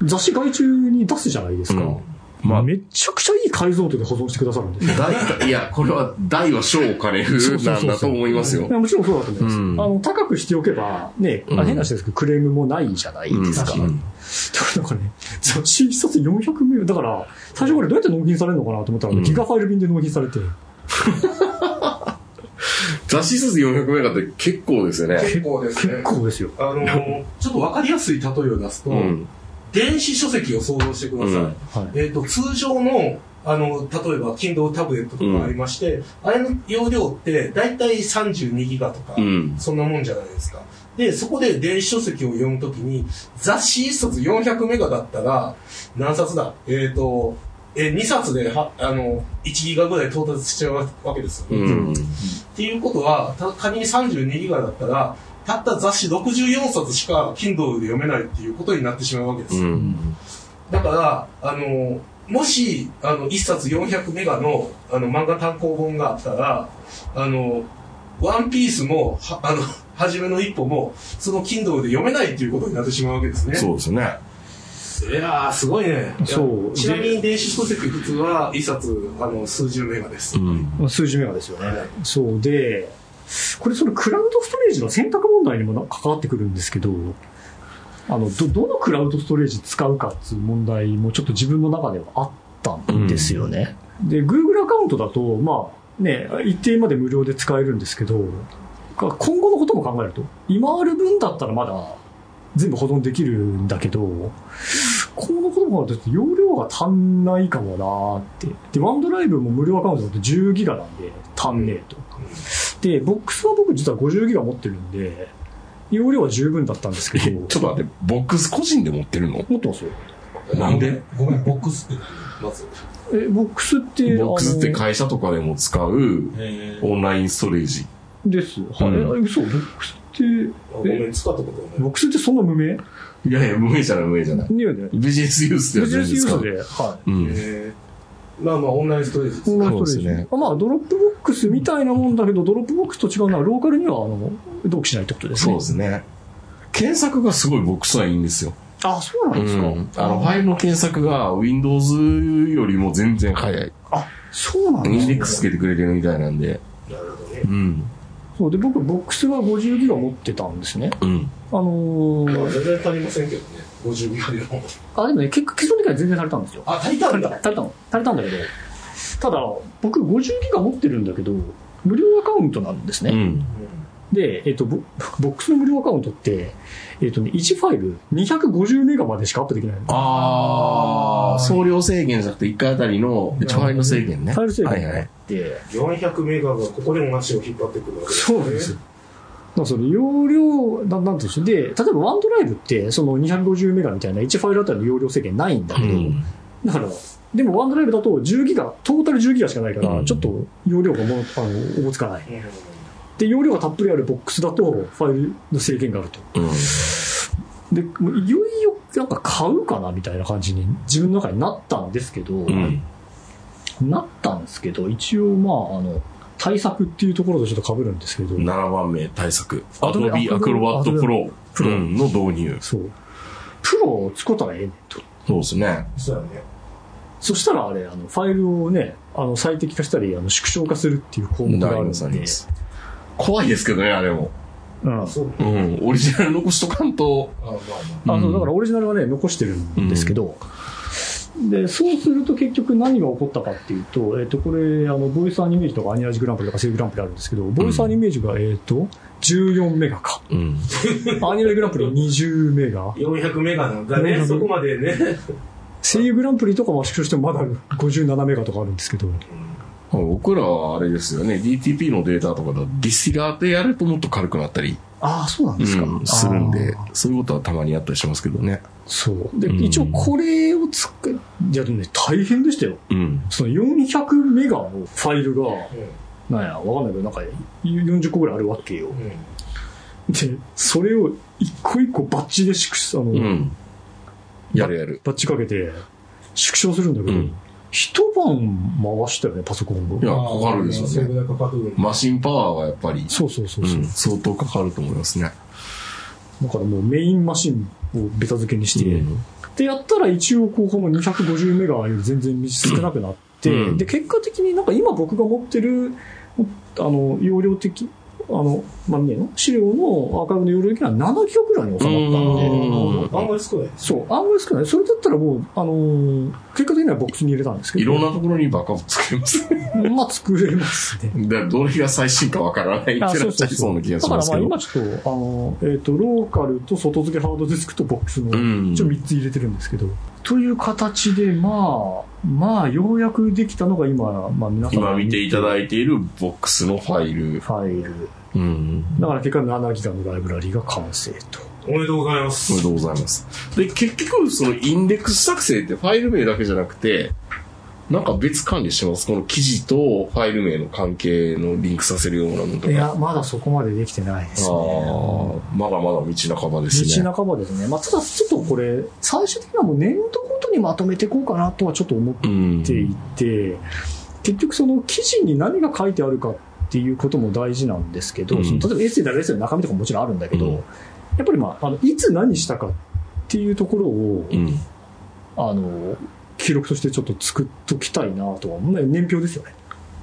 雑誌外注に出すじゃないですか。
うんまあ、
めちゃくちゃいい解像度で保存してくださるんですよ。
大、いや、これは大は小を兼ねる
そうそうそう
なんだと思いますよ
い。やもちろんそうだと思います。
うん
あの、高くしておけば、ね、
う
あ
ん
変な話ですけど、クレームもないじゃないですか。
うん
だからね、雑誌一冊400名、だから、最初これどうやって納品されるのかなと思ったら、
うん
ギガファイル便で納品されて、
雑誌数400メガって結構ですよね。
結構です
結
ね。
構ですよ。
あのー、ちょっとわかりやすい例えを出すと、
うん。
電子書籍を想像してください。
うん
はい。
えっ、と、通常の、あの、例えば、Kindle タブレットとかありまして、あれの容量って、だいたい32ギガとか、
うん。
そんなもんじゃないですか。で、そこで電子書籍を読むときに、雑誌1冊400メガだったら、何冊だえっ、と、え2冊では、あの、1ギガぐらい到達しちゃうわけですよね、
うん。
っていうことは、た仮に32ギガだったら、たった雑誌64冊しか Kindle で読めないっていうことになってしまうわけです。
うん。
だから、あの、もし、あの、1冊400メガの、あの、漫画単行本があったら、あの、ワンピースも、はあの、 (laughs) 初めの一歩も、その Kindle で読めないっていうことになってしまうわけですね。
そうですね。
いやー、すごいね。
そう
ちなみに電子書籍普通は、1冊、あの、数十メガです
う。ん。
数字目がですよね。そうで、これそのクラウドストレージの選択問題にもな関わってくるんですけど、あの、ど、どのクラウドストレージ使うかっていう問題もちょっと自分の中ではあったんですよね。で、Google アカウントだと、まあ、ね、一定まで無料で使えるんですけど、か今後のことも考えると、今ある分だったらまだ全部保存できるんだけど、今後のことも考えると、容量が足んないかもなーって。で、ワンドライブも無料アカウントだと10ギガなんで、足んねえと。で、ボックスは僕実は50ギガ持ってるんで、容量は十分だったんですけ
え
ど、
ちょっと待って、ボックス個人で持ってるの
持ってますよ。
なんで
ごめん、ボックスって何まず。
え、ボックスって、
ボックスって
あの
会社とかでも使う
え
オンラインストレージ。
です。はい、
うん
え嘘、ボックスっって、
ごめ
え
ん、使ったことない。
ボックスってそんな無名
いやいや、無名じゃない、無名じゃない。
ねえね。
ビジネスユースで
ビ
は
ジ
全
ネ
然
スユ
使
ース
う。
で。は
うん。
えー、まあまあ、オンラインストレージ
い。
です。
オンラインストレージ
そうですね
あまあ、ドロップボックスみたいなもんだけど、ドロップボックスと違うのは、ローカルには、あの、同期しないってことです
そう
ね。。
ですすね。検索がすごいボックスはいいんですよ。
あ、そうなんですか。
あの、ファイルの検索が Windows よりも全然早い。
そうなんで
イン
す
デ
ね
ックスつけてくれてるみたいなんで。
なるほどね。
うん。
そうで、僕、ボックスは50ギガ持ってたんですね。
うん。
あの
まあ
ー、
全然足りませんけどね。50秒でも。
あ、でもね、結局、基礎的には全然足りたんですよ。
あ、足りた
足
ん
りた、
だ。
足りたの。足りたんだけど、ただ、僕50ギガ持ってるんだけど、無料アカウントなんです
う
ね。
ん。
で、えっと、ボボックスの無料アカウントって、えっとね、1ファイル250メガまでしかアップできないの。
ああ、総量制限じゃなくて1回あたりの、ファイル制限ね。
ファイル制限
はいはい。
で、
400メガがここでも足を引っ張ってくるわけです
そうなんですよ。だからその容量、ななんていうんでしょう。で、例えばワンドライブって、その250メガみたいな1ファイルあたりの容量制限ないんだ
う
けど、
ん。
だから、でもワンドライブだと10ギガ、トータル10ギガしかないから、
うん
ちょっと容量がもう、あの、おぼつかない。
うん
で、容量がたっぷりあるボックスだと、ファイルの制限があると。
うん。
で、もういよいよ、なんか買うかなみたいな感じに自分の中になったんですけど、
うん。
なったんですけど、一応まあ、あの、対策っていうところとちょっと被るんですけど、
7番目対策。
アド
Adobe
ビ
Acrobat
Adobe
Pro うんの導入。
そう。プロを使ったらええねんと。
そうですね。
そうやね。
そしたらあれ、あの、ファイルをね、あの、最適化したり、あの、縮小化するっていう項目があ
あ
る
り
ん
ま
で、
す、あります。怖いですけどね、あれも。
うん。あ
そう。
うん。オリジナル残しとかんと。
あ、まあま
の、だから
ら、
オリジナルはね、残してるんですけど、で、そうすると結局何が起こったかっていうと、えっ、と、これ、あの、ボイスアニメージュとかアニラジグランプリとかセイグランプリあるんですけど、ボイスアニメージュが、えっ、と、14メガか。
うん。
アニラグランプリ20メガ
あ。。400メガなんだね。
400
そこまでね。
声優グランプリとかは縮小してもまだ57メガとかあるんですけど、
僕らはあれですよね、DTP のデータとかだとディスティラーでやるともっと軽くなったり、
ああ、そうなんですか。
うんするんで
あー、
そういうことはたまにあったりしますけどね。
そう。で、
うん
一応これを作っ、いやでもね、大変でしたよ。
うん。
その400メガのファイルが、
う
なんや、わかんないけど、なんか40個ぐらいあるわけよ。
ん。うん。
で、それを一個一個バッチで縮小、あの、
うん。やるやる。
バッチかけて縮小するんだけど、
うん
一晩回したよね、パソコンを
い。や、かかるでし
そ
ょう
れぐ
ね。
らいかかるんだ
マシンパワーはやっぱり、
そうそうそううそう、
ん、相当かかると思いますね。
だからもうメインマシンをベタ付けにして、
うん
でやったら一応こうこの250メガより全然少なくなって、
うん
で結果的になんか今僕が持ってるあの容量的あの、まあ、ねの資料のアーカイブの容量的には7ギガぐらいに収まったんで、
うん
あんまり少ない。
そう、あんまり少ない。それだったらもう、あのー結果的にはボックスに入れたんですけど。
いろんなところにバカを作れます。。
まあ作れますね
だからどれが最新かわからないってなっ
あ
ち
そ
ゃ
う
い
そう
そ
そうう
な気が
だ
し
か
ま
ら
す
まあ
けど
今。ちょっと、あの、えっ、と、ローカルと外付けハードディスクとボックスの、
うん
一応3つ入れてるんですけど。という形で、まあ、まあ、ようやくできたのが今、まあ皆さん
今見ていた
い
だいているボックスのファイル。
ファイル。
うん。
だから結果7ギガのライブラリが完成と。
おめでとうございま。
おめですとうございます。で、結局、そのインデックス作成ってファイル名だけじゃなくて、なんか別管理してます。この記事とファイル名の関係のリンクさせるようなものと
い
か。
や、まだそこまでできてないですね。
ああ、まだまだ道半ばですね。
道半ばですね。まあ、ただちょっとこれ、最終的にはもう年度ごとにまとめていこうかなとはちょっと思っ
うん
っていて、結局その記事に何が書いてあるかっていうことも大事なんですけど、
うん
その例えばエッセイならエッセイの中身とかももちろんあるんだけど、
うん
やっぱりまあ、あの、いつ何したかっていうところを、
うん。
あの、記録としてちょっと作っときたいなとは、まあ年表ですよね。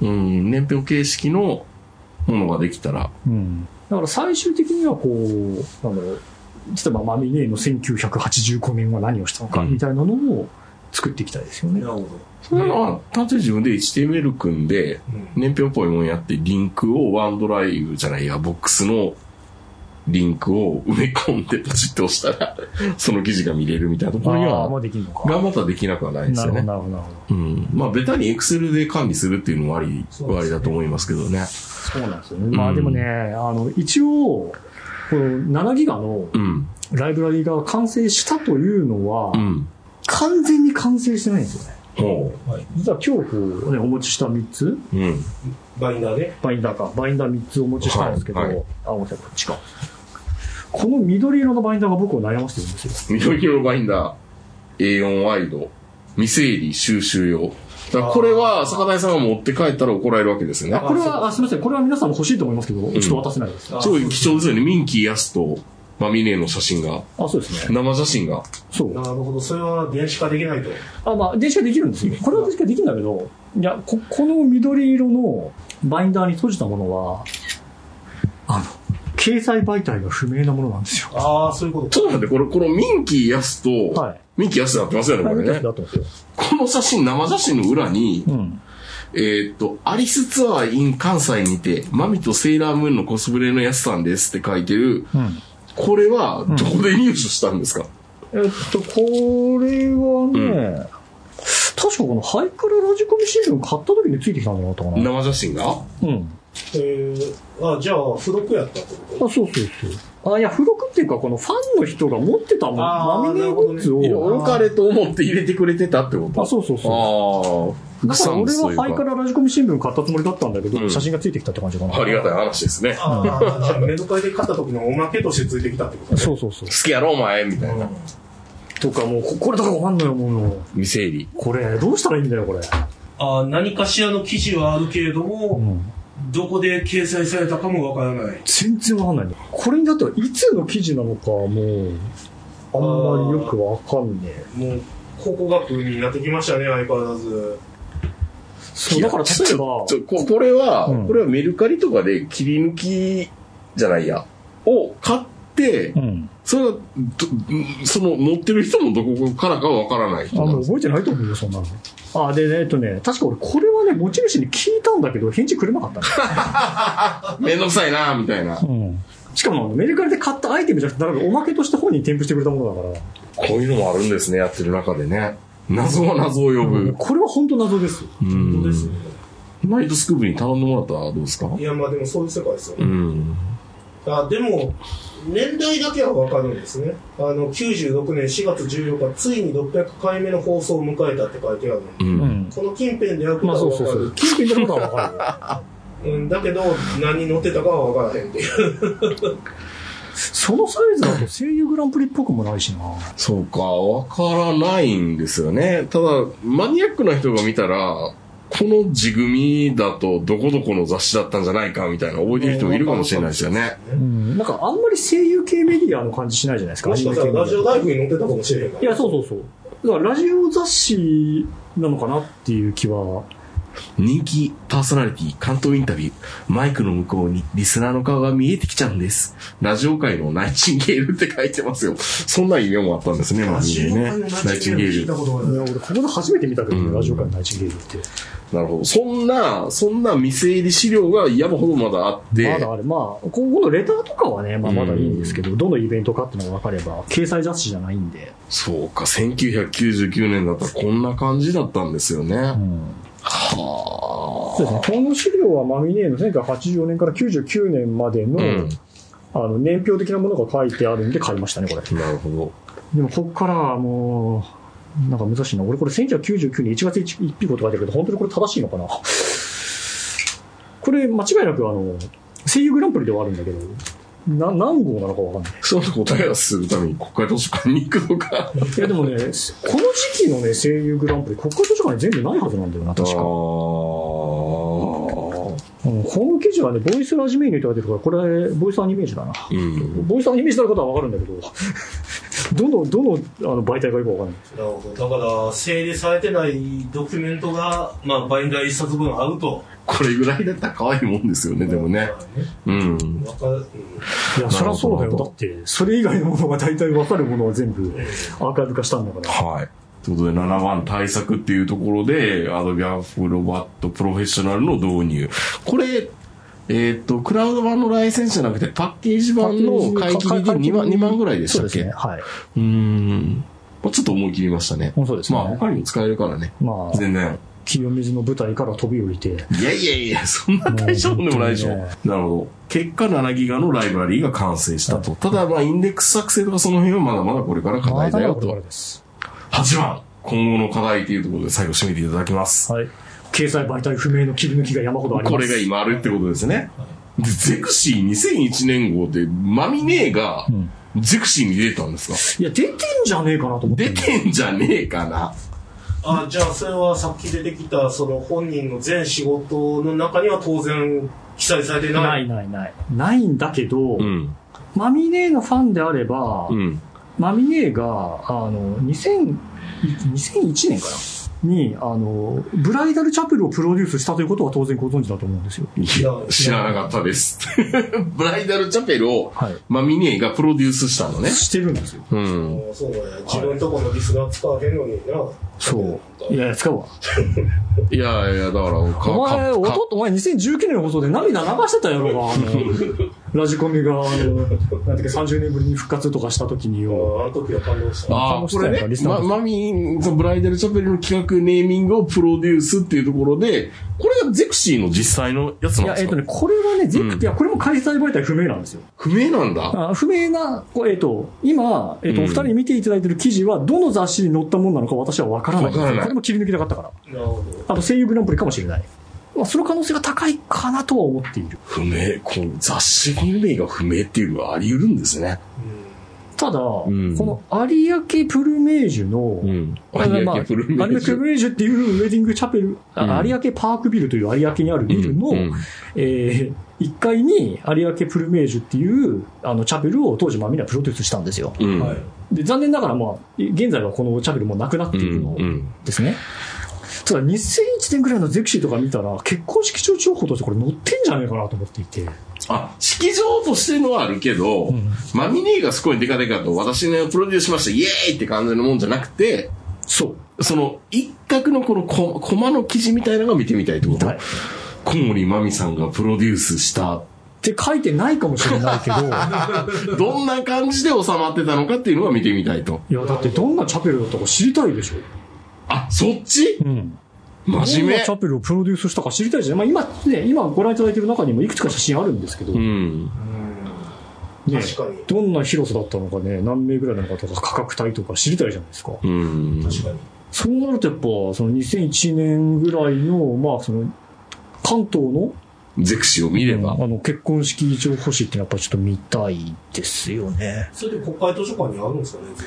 うん。年表形式のものができたら。
だから最終的にはこう、なんだろう、例えばマミネーの1985年は何をしたのか
うん
みたいなのを作っていきたいですよね。
なるほど。
それは、単純に自分で HTML 組んで、
うん
年表っぽいもんやって、リンクをワンドライブじゃないや、ボックスのリンクを埋め込んでポチッと押したら、 (laughs) その記事が見れるみたいなところに
あー
は
まあ、できるのか。
がまたできなくはないです
なる
よ
ほど、
ね。
なるほど、なるほど。
うん。まあ、ベタに Excel で管理するっていうのもあり、
そうですね
ありだと思いますけどね。
そうなんですよね。ま
う
あ
ん
でもね、あの、一応、この7ギガの
うん。
ライブラリが完成したというのは、
うん。
完全に完成してないんですよね。
ほ
実は今日こう、ね、お持ちした3つ、
う。うん。
バインダーね。
バインダーか、バインダー3つお持ちしたんですけど、
はいはい
あ、ごめんなさい、こっちか。この緑色のバインダーが僕を悩ましてるんですよ。
緑色のバインダー、A4 ワイド、未整理収集用。だからこれは、坂谷さんが持って帰ったら怒られるわけですよね。
これは、あすみません。これは皆さんも欲しいと思いますけど、ちょっと渡せないです。あ、
すごい貴重ですよね。ミンキー・ヤスとマミネーの写真が、
そうですね。
生写真が。
そう
な。るほど、それは電子化できないと。
あ、まあ、電子化できるんですよ。これは電子化できるんだけど、いや、こ、この緑色のバインダーに閉じたものは、あの、掲載媒体が不明なものなんですよ。
ああ、そういうこと
ちょっと待って、これ、このミンキー・ヤスと、
はい
ミンキー・ヤスになってますよね、これね。
ってますよ。
この写真、生写真の裏に、
うん。
えーっと、アリスツアー in 関西にて、マミとセーラームーンのコスプレのヤスさんですって書いてる、
うん。
これは、どこで入手したんですか、
えっと、これはね、
う
確かこのハイカララジコミ新聞買った時についてきたんじゃなかったかな。
生写真が
うん。
えー、あじゃあ、付録やったって
あ、そ
こ
うそうそう。あ、いや、付録っていうか、このファンの人が持ってたもん、
あー
マミネーグッズ
いや
を。
良かれと思って入れてくれてたってこと
あ、そうそうそ
ああ。
う。だから俺はハイカ
ら。
ララジコミ新聞買ったつもりだったんだけど、
うん
写真がついてきたって感じかな。
ありがたい話ですね。
とああ、じゃあ、メルカリで買った時のおまけとしてついてきたってことね。
そうそうそう
好。きやろ、お前みたいな。
とかもう、ここれとかわかんないよ、もう。
未整理。
これ、どうしたらいいんだよ、これ。
あー何かしらの記事はあるけれども、
ん
どこで掲載されたかもわからない。
全然わかんないんだ。これにだってはいつの記事なのか、もう、あんまりよくわかんねえ。
もう、考古学になってきましたね、相変わらず。
そう、だから例
いやち
え
ょ
ば、
ちょここれは、
うん
これはメルカリとかで切り抜きじゃないや。を買って
う、ん。
それはどその乗ってる人もどこからかわからない
あ、
人なん
もう
です。
覚えてないと思うよ、そんなの。あ、でね、えっとね、確か俺、これはね、持ち主に聞いたんだけど、返事くれなかったね。
めんどくさいな、みたいな。
しかも、メルカリで買ったアイテムじゃなくて、なんかおまけとして本人に添付してくれたものだか
こういうのもあるんですね、やってる中でね。謎は謎を呼
ら、
ぶ。
これは本当謎です。
うん
そうですね。
ナイトスクープに頼んでもらったらどうですか
いや、まあでもそういう世界ですよ
う
ね。
ん。
あでも、年代だけはわかるんですね。あの、96年4月14日、ついに600回目の放送を迎えたって書いてあるの。
うん。
この近辺でやること
まあ
は
そう
わか
そうそう
る。。
金品のことはわかるよ。
うん、だけど、何乗ってたかはわからへんっていう。
(laughs) そのサイズだと声優グランプリっぽくもないしな。
そうか、わからないんですよね。ただ、マニアックな人が見たら、この地組だとどこどこの雑誌だったんじゃないかみたいな覚えてる人もいるかもしれないですよね。
うん。なんかあんまり声優系メディアの感じしないじゃないですか、
もしかしたらラジオライフに乗ってたかもしれへんから。
いや、そうそうそう。だからラジオ雑誌なのかなっていう気は。
人気パーソナリティ関東インタビュー。マイクの向こうにリスナーの顔が見えてきちゃうんです。ラジオ界のナイチンゲールって書いてますよ。そんな異名もあったんですね、マジでね。ナイチンゲール。
こと
いや、俺ここで初めて見たけどね、
うん
ラジオ界のナイチンゲールって。
なるほど。そんな、そんな未整理資料が山ほどまだあって。
まだあれ、まあ、今後のレターとかはね、まあまだいいんですけど、どのイベントかっていうのが分かれば、掲載雑誌じゃないんで。
そうか、1999年だったらこんな感じだったんですよね。
そうですね。この資料はマミネーの1984年から99年までの、
うん
あの、年表的なものが書いてあるんで買いましたね、これ。
なるほど。
でも、ここからはもう、なんか難しいな。俺これ1999年1月 1, 日こと書いてあるけど、本当にこれ正しいのかなこれ、間違いなく、あの、声優グランプリではあるんだけど、な、何号なのかわかんない。
その答えをするために国会図書館に行くのか。
いや、でもね、この時期のね、声優グランプリ、国家図書館に全部ないはずなんだよな、確か。
あ
うんこの記事はね、ボイスラジメニューって書いてあるから、これ、ボイスアニメージだな。
ーうん。
ボイスアニメージだことはわかるんだけ (laughs) ど、どの、どのあの媒体がよくわかんない。
なるほど。だから、整理されてないドキュメントが、まあ、バインダー一冊分あると。
これぐらいだったら可愛いもんですよね、でもね。うん。
わかる。
いや、そりゃそうだよ。だって、それ以外のものが大体わかるものは全部 (laughs) アーカイブ化したんだから。
はい。ということで、7番対策っていうところで、アドビアフロバットプロフェッショナルの導入。これ、えっ、と、クラウド版のライセンスじゃなくて、パッケージ版の買い切りで2万 ,2 万ぐらいでしたっ
そう
け
ですね。はい。
うーん。まあ、ちょっと思い切りましたね。
うんそうですね
まあ、他にも使えるからね。
まあ、
全然。
清水の舞台から飛び降りて、
いやいやいや、 (laughs) そんな大したもんでもないでしょ。
うん
なるほど。結果7ギガのライブラリーが完成したと。ただ、まあ、インデックス作成とかその辺はまだまだこれから課
ま
題
だ
だよ
まだこれか
と
ら。です。
8番。今後の課題というところで最後締めていただきます。
はい。掲載媒体不明の切り抜きが山ほどあります。
これが今あるってことですね。で、ゼクシー2001年号で、マミネーが
うん、
ゼクシーに出てたんですか
いや、出てんじゃねえかなと思って。
出てんじゃねえかな。
あじゃあそれはさっき出てきたその本人の全仕事の中には当然記載されてない
ないないない。ないんだけど、
うん。
マミネーのファンであれば、
うん。
マミネーが、あの、2000 2001年かなに、あの、ブライダルチャペルをプロデュースしたということは当然ご存知だと思うんですよ。
いや
や、
知らなかったです。 (laughs) ブライダルチャペルを、
はい。
マミネーがプロデュースしたのね。
してるんですよ。
うん。
もうそうだよ自分とこのリスナー使わへんのにな
そう。いやいや、使うわ。
いやいや、だから、か
お前、
か
おとっとお前2019年の放送で涙流してたやろが、あ
(laughs)
の、ラジコミが、あの、なんていうか30年ぶりに復活とかした時によ。
あの時は感動した
ああ、
楽し
こ
かった
れ
よ
ね
リ、スナー
ま、
の人
マミー、そのブライダルチャペルの企画、ネーミングをプロデュースっていうところで、これがゼクシーの実際のやつ
い
なん
や
で、
え
す
っと
か、
ね、これはね、ゼク
うん
いや、これも開催媒体不明なんですよ。
不明なんだ。
あ不明な、こうえっ、と、今、えっ、と、
うん
お二人に見ていただいてる記事は、どの雑誌に載ったものなのか私は分からないんですよ
わからない
これも切り抜きなかったから。
なるほ
あと、声優グランプリかもしれない。まあ、その可能性が高いかなとは思っている。
不明、この雑誌本名が不明っていうのはあり得るんですね。
た
ん
だ、この有明プルメージュの、
ん。
あのまあ
有明プルメ
有
ー
明
ジ
プル
ュ。
メージュっていうウェディングチャペル、あ
うん
有明パークビルという有明にあるビルの、
うん
えー1階に有明プルメージュっていうあのチャペルを当時まあみんなプロデュースしたんですよ。
うん。
どはい
で残念ながら、まあ、現在はこのチャペルもうなくなっているの
うん。
ですね。ただ2001年ぐらいのゼクシーとか見たら結婚式場情報としてこれ載ってんじゃねえかなと思っていて。
あ、式場としてのはあるけど、
ん
マミネーがすごいデカデカと私のプロデュースしました、イエーイって感じのもんじゃなくて、
そう。
その一角のこのココマの記事みたいなのが見てみたいってこと
はい。っ
小森まみさんがプロデュースした、
て書いてないかもしれない (laughs) けど、
どんな感じで収まってたのかっていうのは見てみたいと。
いやだってどんなチャペルだったか知りたいでしょ。
あ、そっち
うん。
真
どん
面
なチャ
目。
ペルをプロデュースしたか知りたいじゃん。まあ今ね、今ご覧いただいてる中にもいくつか写真あるんですけど、
うん。
うん
ね、
確かに
どんな広さだったのかね、何名ぐらいなのかとか価格帯とか知りたいじゃないですか。
うん。
確かに
そうなるとやっぱ、その2001年ぐらいの、まあその、関東の
ゼクシーを見れば。
あの結婚式情報誌ってのはやっぱちょっと見たいですよね。
それで国会図書館にあるんですかね
ゼ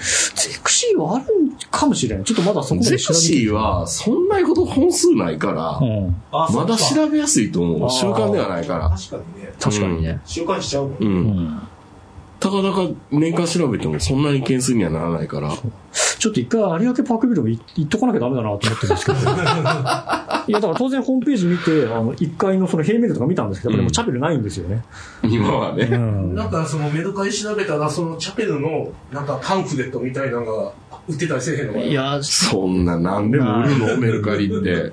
クシーはあるんかもしれない。ちょっとまだそこま
ゼ
で
ク
調べて
シーは、そんなにこと本数ないか
う
ら、
ん。
あ
まだ
ん
調べやすいと思
あ
う。
ー
習慣ではないから。
確かにね
確かにね。
週刊誌ちゃうもん
う。
うんん。
たかだか年間調べてもそんなに件数にはならないから。
ちょっと一回有明パークビルも行行っとかなきゃダメだなと思ってるんですけ (laughs) ど。いや、だから当然ホームページ見て、あの、1階のその平面図とか見たんですけど、やっぱりもうチャペルないんですよね。
今は
う
ね。
ん。
なんかそのメドカイ調べたら、そのチャペルのなんかパンフレットみたいなのが売ってたりせえへんのかな。
いや、
そんな何でも売るのメルカリって。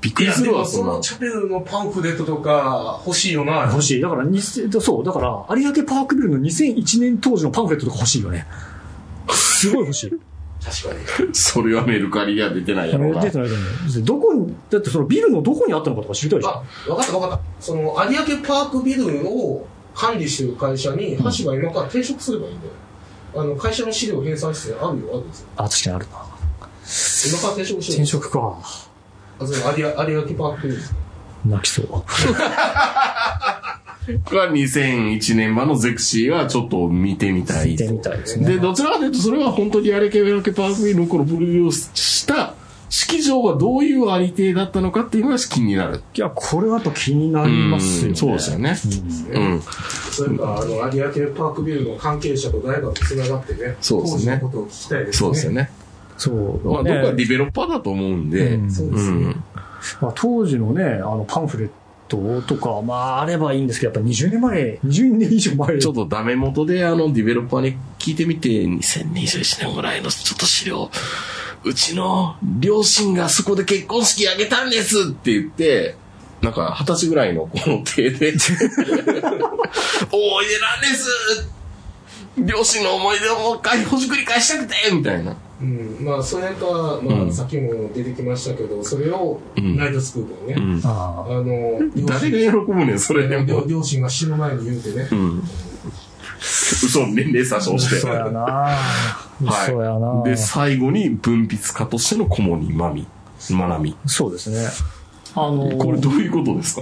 びっく
い
り
や、
す
で
るわ、
も
そ
そ
んな
の
ん。
チャペルのパンフレットとか欲しいよな。
欲しい。だから、にそう、だから、有明パークビルの2001年当時のパンフレットとか欲しいよね。すごい欲 (laughs) しい。
それはメルカリが出てないやろうな
出。てないと思うどこに、だってそのビルのどこにあったのかとか知りたいじゃん。
あ、わかったわかった。その有明パークビルを管理してる会社に、橋が今から転職すればいいんだよ。あの、会社の資料返済してあるよ、あるんですよ。
あ、確かにあるな。
今から転職して
転職か。
あ、その有明有明パークビルです。
泣きそう。
が2001年版のゼクシーはちょっと見てみたい。
見てみたいですね。
で、どちらかというと、それは本当にあれ系メロケパークインの頃プロデュースした式場がどういうありていだったのかっていうのが気になる。
いや、これはと気になります
う
よね。
んそうですよね。うん。
それか、あの、有明パークビルの関係者と誰かと繋がってね、
そうですね
当時のことを聞きたいですね。
そうですよね。
そう。
まあ、ど
ね
こかディベロッパーだと思うんで。
うん
そう
う
ですね。
ん。
まあ、当時のね、あの、パンフレットとか、まあ、あればいいんですけど、やっぱ20年前、20年以上前。
(laughs) ちょっとダメ元で、あの、ディベロッパーに聞いてみて、2021年ぐらいのちょっと資料、うちの両親がそこで結婚式あげたんですって言って、なんか、二十歳ぐらいのこの手で、思い出なんです両親の思い出をもう一回ほじくり返したくてみたいな。
うん、まあそれか、
う
まあ
ん
さっきも出てきましたけど、それを
うん
ナイトスクープに
ん
ね、
ああ
あの、両
誰
親
が喜ぶねん、それでも
両。両親が死ぬ前に言うてね
う、ん。嘘、年齢詐称して。
嘘やな
はい
嘘やな
で、最後に、文筆家としての小森まみ、まなみ。
そうですね。
あの、
これどういうことです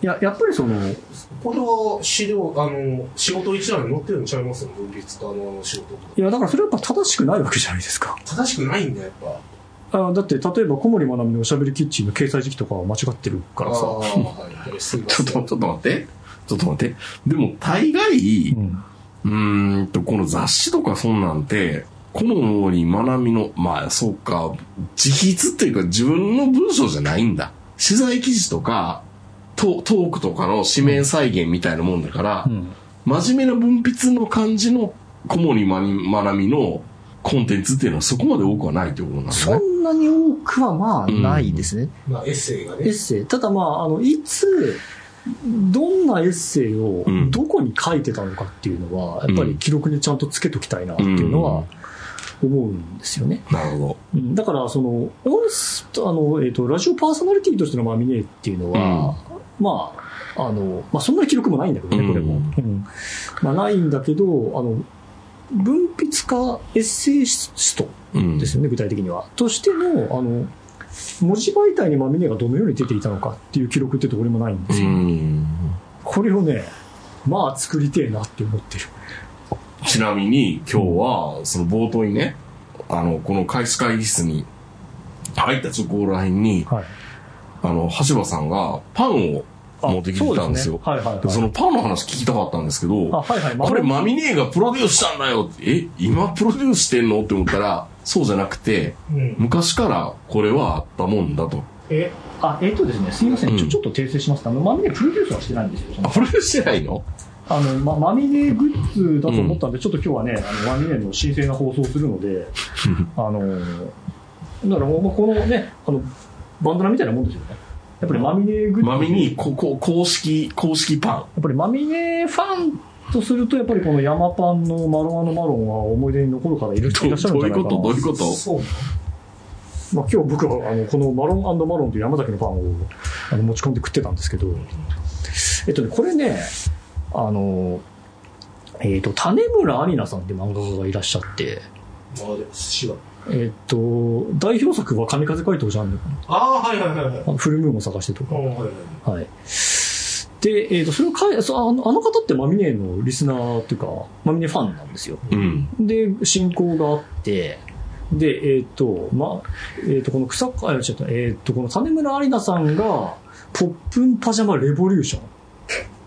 か
いや、やっぱりその、
これは資料、あの、仕事一覧に載ってるんちゃいます文筆家の仕事とか。
いや、だからそれはやっぱ正しくないわけじゃないですか。
正しくないんだ、やっぱ。
あだって、例えば小森まなみのおしゃべりキッチンの掲載時期とかは間違ってるか
あ
らさ。
ーはい。すいま
ちょ
せん
っと、ちょっと待って。ちょっと待って。でも、大概、
う。
うんーんと、この雑誌とかそんなんて、このように学びの、まあ、そうか、自筆っていうか自分の文章じゃないんだ。取材記事とか、トトークとかの紙面再現みたいなもんだから、
うん。
真面目な文筆の感じの小森まなみのコンテンツっていうのはそこまで多くはないってことなんだ
そ
ね。
んなに多くはまあ、
うん
ないですね。
まあ、エッセイが
エッ
ね。
セイ。ただまあ、あの、いつ、どんなエッセイを
うん
どこに書いてたのかっていうのは、やっぱり記録にちゃんとつけときたいなっていうのは思うんですよね。
なるほ
うんだから、その、音す、あの、えっ、と、ラジオパーソナリティとしてのまあミネーっていうのは、まあ、あの、まあ、そんな記録もないんだけどね、これも。うんまあ、ないんだけど、あの、文筆家、エッセイスト
ど。うん。
ですよね、具体的には。としての、あの、文字媒体にまみれがどのように出ていたのかっていう記録ってところもないんで
う
すよ。
ん。
これをね、まあ作りてえなって思ってる。
ちなみに今日は、その冒頭にね、あの、この開始会議室に入った直後らへんに、
はい。
あの、橋場さんがパンを持ってきてたんですよ。
そうねはいはい、
で
はい。
そのパンの話聞きたかったんですけ
あ、
ど、
はいはい。まあ
これマミネーがプロデュースしたんだよって、え、今プロデュースしてんのって思ったら、そうじゃなくて、
うん。
昔からこれはあったもんだと。
え、
あ、えっ、とですね、すみません、ち
う
ょ
ん
ちょっと訂正しますと、あの、マミネプロデュースはしてないんですよ。そ
あ、
の
プロデュースしてないの
あの、ま、マミネグッズだと思ったんで、ちょっと今日はね、あのマミネの神聖な放送をする
(laughs)
ので、あの、だからもう、まこのね、あの、バンドナみたいなもんですよね。やっぱりマミネグッズ。
マミネーここ公式、公式パ
やっぱりマミネファンとすると、やっぱりこのヤマパンのマロンアのマロンは思い出に残る方いる
ン。
人い
ど
らっしゃるん
ど
じ
う
ゃ
い
ないうかな。
(laughs) ことどういうこと
そうなの
まあ、今日僕はあのこのマロンマロンという山崎のパンをあの持ち込んで食ってたんですけど、えっとね、これね、あの、えっと、種村アリナさんって漫画家がいらっしゃって、
まあでも、寿司は。
えっと、代表作は神風怪盗じゃん
ああ、はいはいはいはい。
あのフルムーンを探してとか。
うんはいはい
はい。で、えっと、それをかいそうあの、あの方ってマミネのリスナーっていうか、マミネファンなんですよ。
うん。
で、進行があって、で、えっ、と、まあ、えっ、と、この草川、あ、ちょっと、えっ、と、この種村有奈さんが、ポップンパジャマレボリューシ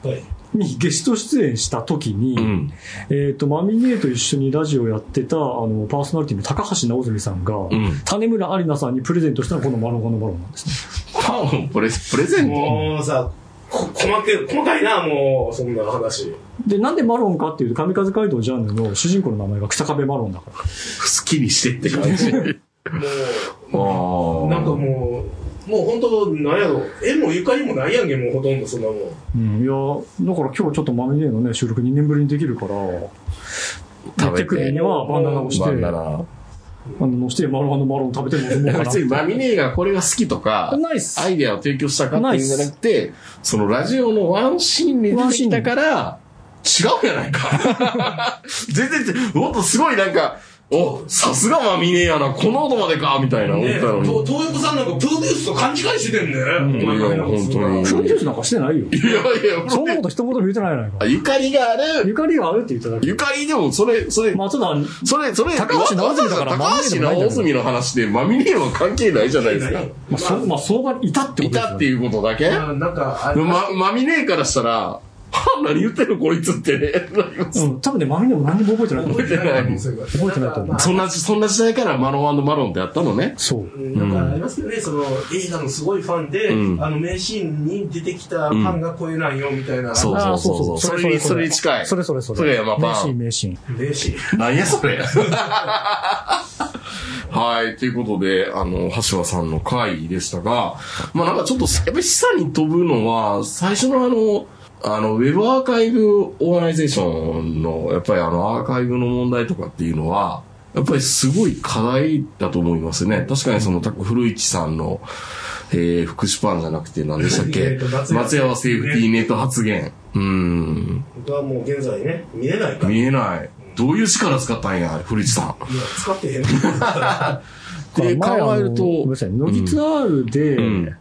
ョン。
はい
にゲスト出演した時に、
うん。
えっ、と、マミネーと一緒にラジオやってた、あの、パーソナリティの高橋直澄さんが、
うん。
種村有奈さんにプレゼントしたのがこのマロンガのマロンなんですね。
パンをプレプレゼント
もうさ、こ細け細かいな、もう、そんな話。
で、なんでマロンかっていうと、神風街道ジャンヌの主人公の名前が草壁マロンだから。
すっきりしてって感じ。
もう、
あ
なんかもう、もう本当、なんやろ、縁もゆかりもないやんけ、もうほとんどそんなもん。
うん、いや、だから今日ちょっとマミネーのね、収録2年ぶりにできるから、
食べ
くる
て
に。はバンダナをして、
バンダナ。
あの、して、マロハのマロン食べて飲も
(laughs)
うかな。
別にマミネーがこれが好きとか、
ナイス
アイデアを提供したかっていうんじゃなくて、そのラジオのワンシーンに出てきたから、違うやないか。全然違う、もっとすごいなんか、お、さすがマミネーやな、この音までか、みたいな思っ
ね
たのに。
と東横さんなんかプロデュースと勘違いしてんね。お前が
いや本当に
プロデュースなんかしてないよ。
いやいや、
そんなこと一言も言ってないやない
あ
か。
ゆかりがある。
ゆかりがあるって言っただけ。
ゆかりでも、それ、それ、
まあ、ただ、
それ、それ、
高橋直澄だから
わざわざ高橋直澄の話で、マミネーは関係ないじゃないですか。
まあ、そ、まあ、相場にいたってこ
い
とです
たっていうことだけ
あなんか、あれ、
ま、マミネーからしたら、は何言ってるこいつってね。
う。うん、多分ね、マミネーも何にも覚えてないと思う。
覚えてない
覚
覚えてないと思う
そんな、そんな時代からマロンマロンってやったのね。
そう。
なんかありますよね、その映画のすごいファンで、
うん
あの名シーンに出てきたファンが超えないよみたいな、
そう
あ
そ
ー
うそうそう。それに、それに近い。
それそれそれ。
それ山パン
名シーン、名シーン。
名シーン。
何やそれ。 (laughs) はい。ということで、あの、橋場さんの回でしたが、まあなんかちょっと、やっぱり示唆に飛ぶのは、最初のあの、あの、ウェブアーカイブオーガナイゼーションの、やっぱりあの、アーカイブの問題とかっていうのは、やっぱりすごい課題だと思いますね。確かにその、た古市さんの、えー、福祉パンじゃなくて何でしたっ
え
け
ーと松山
松山セーフティーネット発言。うん。
僕はもう現在ね、見えないから。い
見えない。どういう力使ったんや、古市さん。
や、使ってへん。
で考える
ごめ
と
んなさい、ノギツアールで、
うん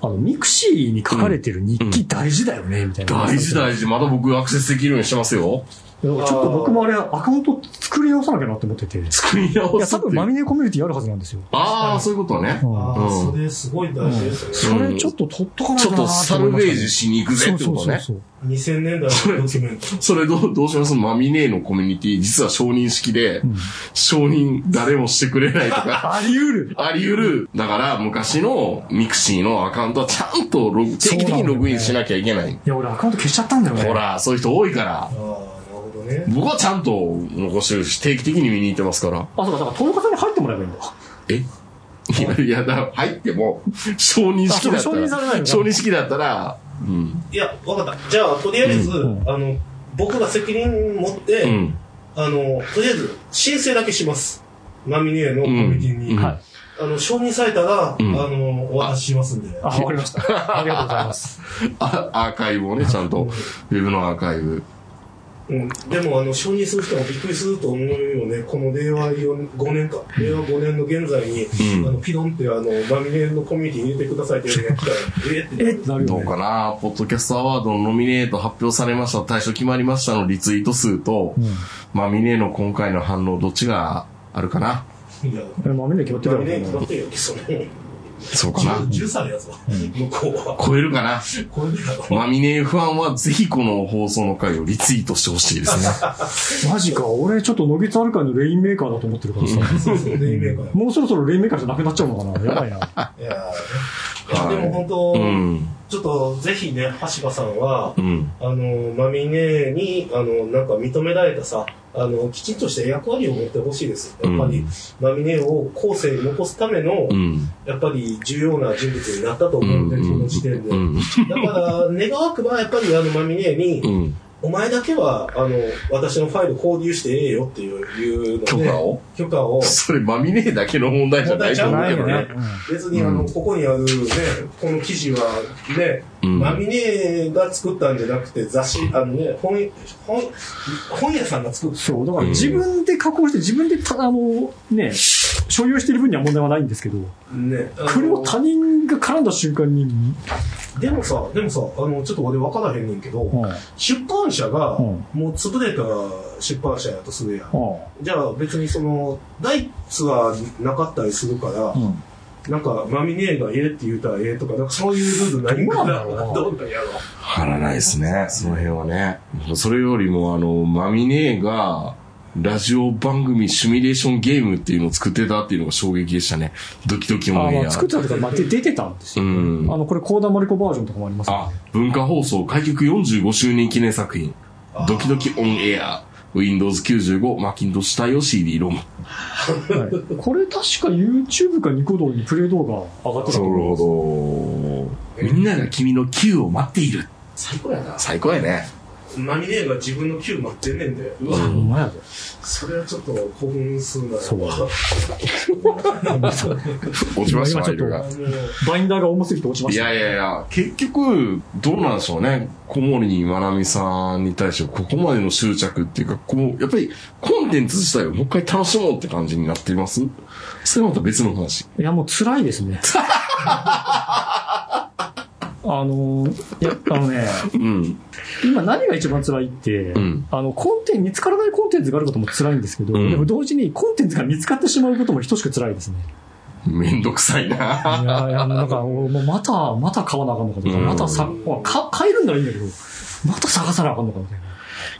ああの、ミクシーに書かれてる日記大事だよね、みたいな。
大事大事。まだ僕アクセスできるようにしてますよ。
だからちょっと僕もあれ、アカウント作り直さなきゃなって思ってて。い
作り直
や、
す
多
ってい
分
う
マミネコミュニティあるはずなんですよ。
ああ、そういうことね。
うん
ああ、
うん
それすごい大事ですよ
そ
ね。
れちょっと取っとかない
ちょっ
とな
と
ー
サ
って思い
ルベー
ましたね
ジしに行くぜ
そ
っ
う
て
そ
こ
う
と
そう
ね。
そう。
2000年代のドキュメント。
それどう、どうしますマミネーのコミュニティ、実は承認式で、承認誰もしてくれないとか。 (laughs)
あり得る。
あり得る。だから、昔のミクシーのアカウントはちゃんとログ、定期的にログインしなきゃいけない。
いや、俺アカウント消しちゃったんだよね。
ほ。ら、そういう人多いから
あ。あ、なるほどね。
僕はちゃんと残してるし、定期的に見に行ってますから。
あ、そうか、だから、トンカさんに入っても (laughs) らえばいいんだ。
えいや、いや、だから入っても、 (laughs) 承認式だ
あ
った
そう承認されないの
ら、
か
承認式だったら、うん。
いや、わかった。じゃあ、とりあえず、あの、僕が責任持って、
うん。
あの、とりあえず、申請だけします。マミネーのコミュニティに。
うん
はい。
あの、承認されたら、
ん
あの、お渡ししますんで。
あ、わかりました。ありがとうございます。
あアーカイブをね、ちゃんと、ウェブのアーカイブ。
うん、でも、あの、承認する人もびっくりすると思うよね。この令和4 5年か。令和5年の現在に、
うん
あの、ピロンって、あの、マミネーのコミュニティに入れてくださいって言われたら、えって
えってなるよ
ど
ね
う。かなポッドキャストアワードのノミネート発表されました、対象決まりましたのリツイート数と、まあ、ミネーの今回の反応どっちがあるかない
や、
えまあ、みんな決まってた
マ
よ
ミネーに
ね。
決まってるよ、その、
そうかな
10歳やぞ、向こうは。
超えるかな
これでやろ。
まあ、ミネー不安はぜひこの放送の回をリツイートしてほしいですね。
マジか、俺ちょっと乃木アルカイのレインメーカーだと思ってるからさ。
そうそう、レインメーカー
もうそろそろレインメーカーじゃなくなっちゃうのかなやばいな。
いやー
は
ね
い
いや、でも本当、
うん。
ちょっとぜひね、橋場さんは
う、ん。
あの、マミネに、あの、なんか認められたさ、あの、きちんとした役割を持ってほしいです。やっぱり、
うん
マミネを後世に残すための、
うん。
やっぱり重要な人物になったと思うんで、
うん
その時点で。
うん。
だから、願わくば、やっぱりあの、マミネに、
うん。
お前だけは、あの、私のファイル交流してええよっていう、いうので
許可を
許可
(laughs)
を。
それ、マミネーだけの問題じゃないと思うけどね。
別にあの、ここにあるね、この記事はね、
うん
マミネーが作ったんじゃなくて雑誌、あのね、本、本、本屋さんが作った。
そう、だから自分で加工して、自分でた、あの、ね、所有してる分には問題はないんですけど、
ね。あの
これを他人が絡んだ瞬間に、
でもさ、でもさ、あの、ちょっと俺分からへんねんけど、
うん、うん、
出版社が、
うん
もう潰れた出版社やとするやん。
う
じゃあ別にその、大ツはなかったりするから、
ん。
なんか、マミネーがええって言うたらええとか、なんかそういうルール何かなど (laughs) うなんやろ
はらないですね、その辺はね。それよりも、あの、マミネーが、ラジオ番組シミュレーションゲームっていうのを作ってたっていうのが衝撃でしたね。ドキドキオ
あ
ンエ
まあ、
ア。
作ってたとか、まあ、で出てたんです
う
よ。
ん
あ。の、これ、コーダマリコバージョンとかもありますから
あ、文化放送開局45周年記念作品。ドキドキオンエア。Windows 95、マキントッシュ対応 CD ロム。
はい、これ確か YouTube かニコ動にプレイ動画上がってたと思う
ほど。みんなが君の Q を待っている。
最高やな。
最高やね。
マミネーが自分の Q 待ってんねんで。うわ
ほんまやで。
それはちょっと興奮するな。
そう
あの
落ちました、フ
今ちょ
ァ
っ
イ
と
ルが。
バインダーが重すぎて落ちま
い
した。
やいやいや、結局、どうなんでしょうね。小森まなみさんに対して、ここまでの執着っていうか、こう、やっぱり、コンテンツ自体をもう一回楽しもうって感じになっていますそれはまた別の話。
いや、もう辛いですね。あのいや、あのね、
うん。
今何が一番辛いって、
うん
あの、コンテンツ、見つからないコンテンツがあることも辛いんですけど、
うん
でも同時にコンテンツが見つかってしまうことも等しく辛
(laughs)
いですね。
めんどくさい
い
な。
やいや、なんか、もうまた、また買わなあかんのかとか、
うん
またさ、か買えるんならいいんだけど、また探さなあかんのかみたいな。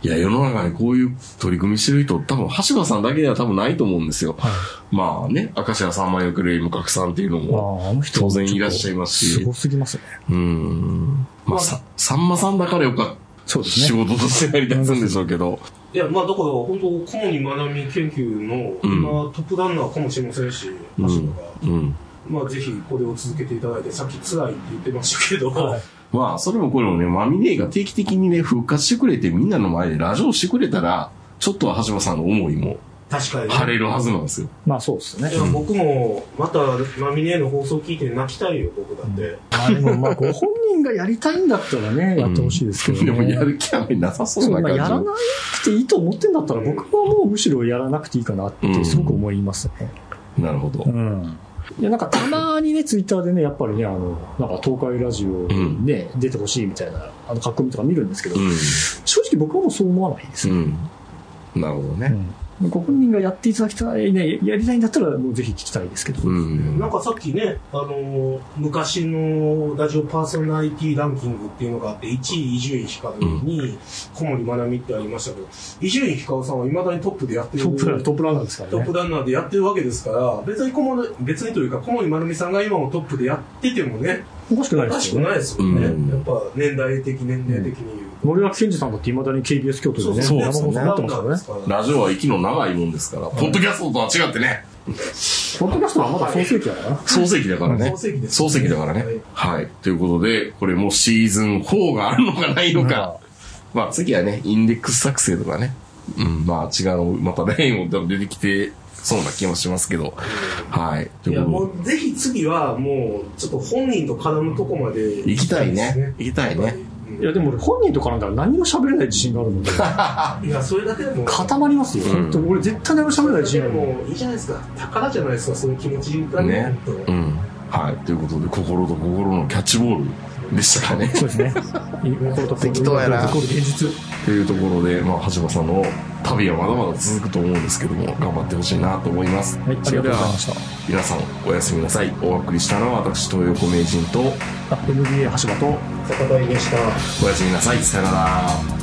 いや、世の中にこういう取り組みしてる人、多分、橋場さんだけでは多分ないと思うんですよ。
はい
まあね、明石家さんまよくる M 角さんっていうのも、
ああ、あの人
当然いらっしゃいますし
すごすぎますね。
うん。まあ、さ、さんまさんだからよかった。
そうですね
仕事として成り立つんでしょうけど。
いや、まあだから、本当小森まなみ研究の、
うん
まあトップランナーかもしれませんし、
う
橋本
ん
が。
うん。
まあぜひこれを続けていただいて、さっき辛いって言ってましたけど、
はい
まあ、それもこれもね、マミネーが定期的にね、復活してくれて、みんなの前でラジオしてくれたら、ちょっとは橋場さんの思いも
確かに、
晴れるはずなんですよ。
まあそうですね
い。や、僕も、また、マミネーの放送聞いて泣きたいよ、僕だって。
まあでもまあご本人がやりたいんだったらね、やってほしいですけどね。
でも、やる気はなさそう
そう
な
まあ、
感じ。
やらなくていいと思ってんだったら、僕はもうむしろやらなくていいかなって、すごく思いますね。
なるほど
う。ん。いや、なんかたまにね、ツイッターでね、やっぱりね、あの、なんか東海ラジオにね、出てほしいみたいな、あの、書き込みとか見るんですけど、正直僕はもうそう思わないです
う
よ。
ん。うん。なるほどね。
うんご本人がやっていただきたい、ね、やりたいんだったら、もうぜひ聞きたいですけど。
うん。
なんかさっきね、あのー昔のラジオパーソナリティランキングっていうのがあって、1位伊集院光に小森まなみってありましたけど、伊集院光さんはいまだにトップでやってる。
トップラン、トップランなんですから
トッ
ね
プ。ランナーでやってるわけですから、別に小森、別にというか小森まなみさんが今もトップでやっててもね、
おかしくない
お
で
か
す
し
よ
く
ね。
ないですよね。
うん
やっぱ年代的、年齢的に言うと。
森脇健児さんだって未だに KBS 京都でね、
そう
山本さんやってますからね。
ね
ラジオは息の長いもんですから、ポッドキャストとは違ってね、
ポッドキャストはまだ創世記だからな。
創世記だからね
創。世記です
創世記だからね。はい。ということで、これもシーズン4があるのかないのか。まあ次はね、インデックス作成とかね。うん、まあ違う、また例も出てきてそうな気もしますけど。はい。と
い
い
や
う
も
こ
うぜひ次はもうちょっと本人と絡むとこまで
とで。行きたい
です
ね。行きたいね。
うん
いや、でも俺本人と絡んだら何も喋れない自信があるので、
いやそれだけで
(laughs)
も
固まりますよ。
うん
本当に俺絶対何も喋れない自信
で
あるもん。
もいいじゃないですか宝じゃないですかそういう気持ちがね
ね。
本
うん。はい。ということで、心と心のキャッチボールでしたかね。 (laughs)
そ
(laughs)
うですね。心と
適当やな
心と現実。
というところで、まあ、橋場さんの旅はまだまだ続くと思うんですけども、頑張ってほしいなと思います。
はい、ありがとうございました。
皆さん、おやすみなさい。お送りしたのは私、東横名人と、
あ NBA 橋場と
当高田でした
おやすみなさい。さよなら。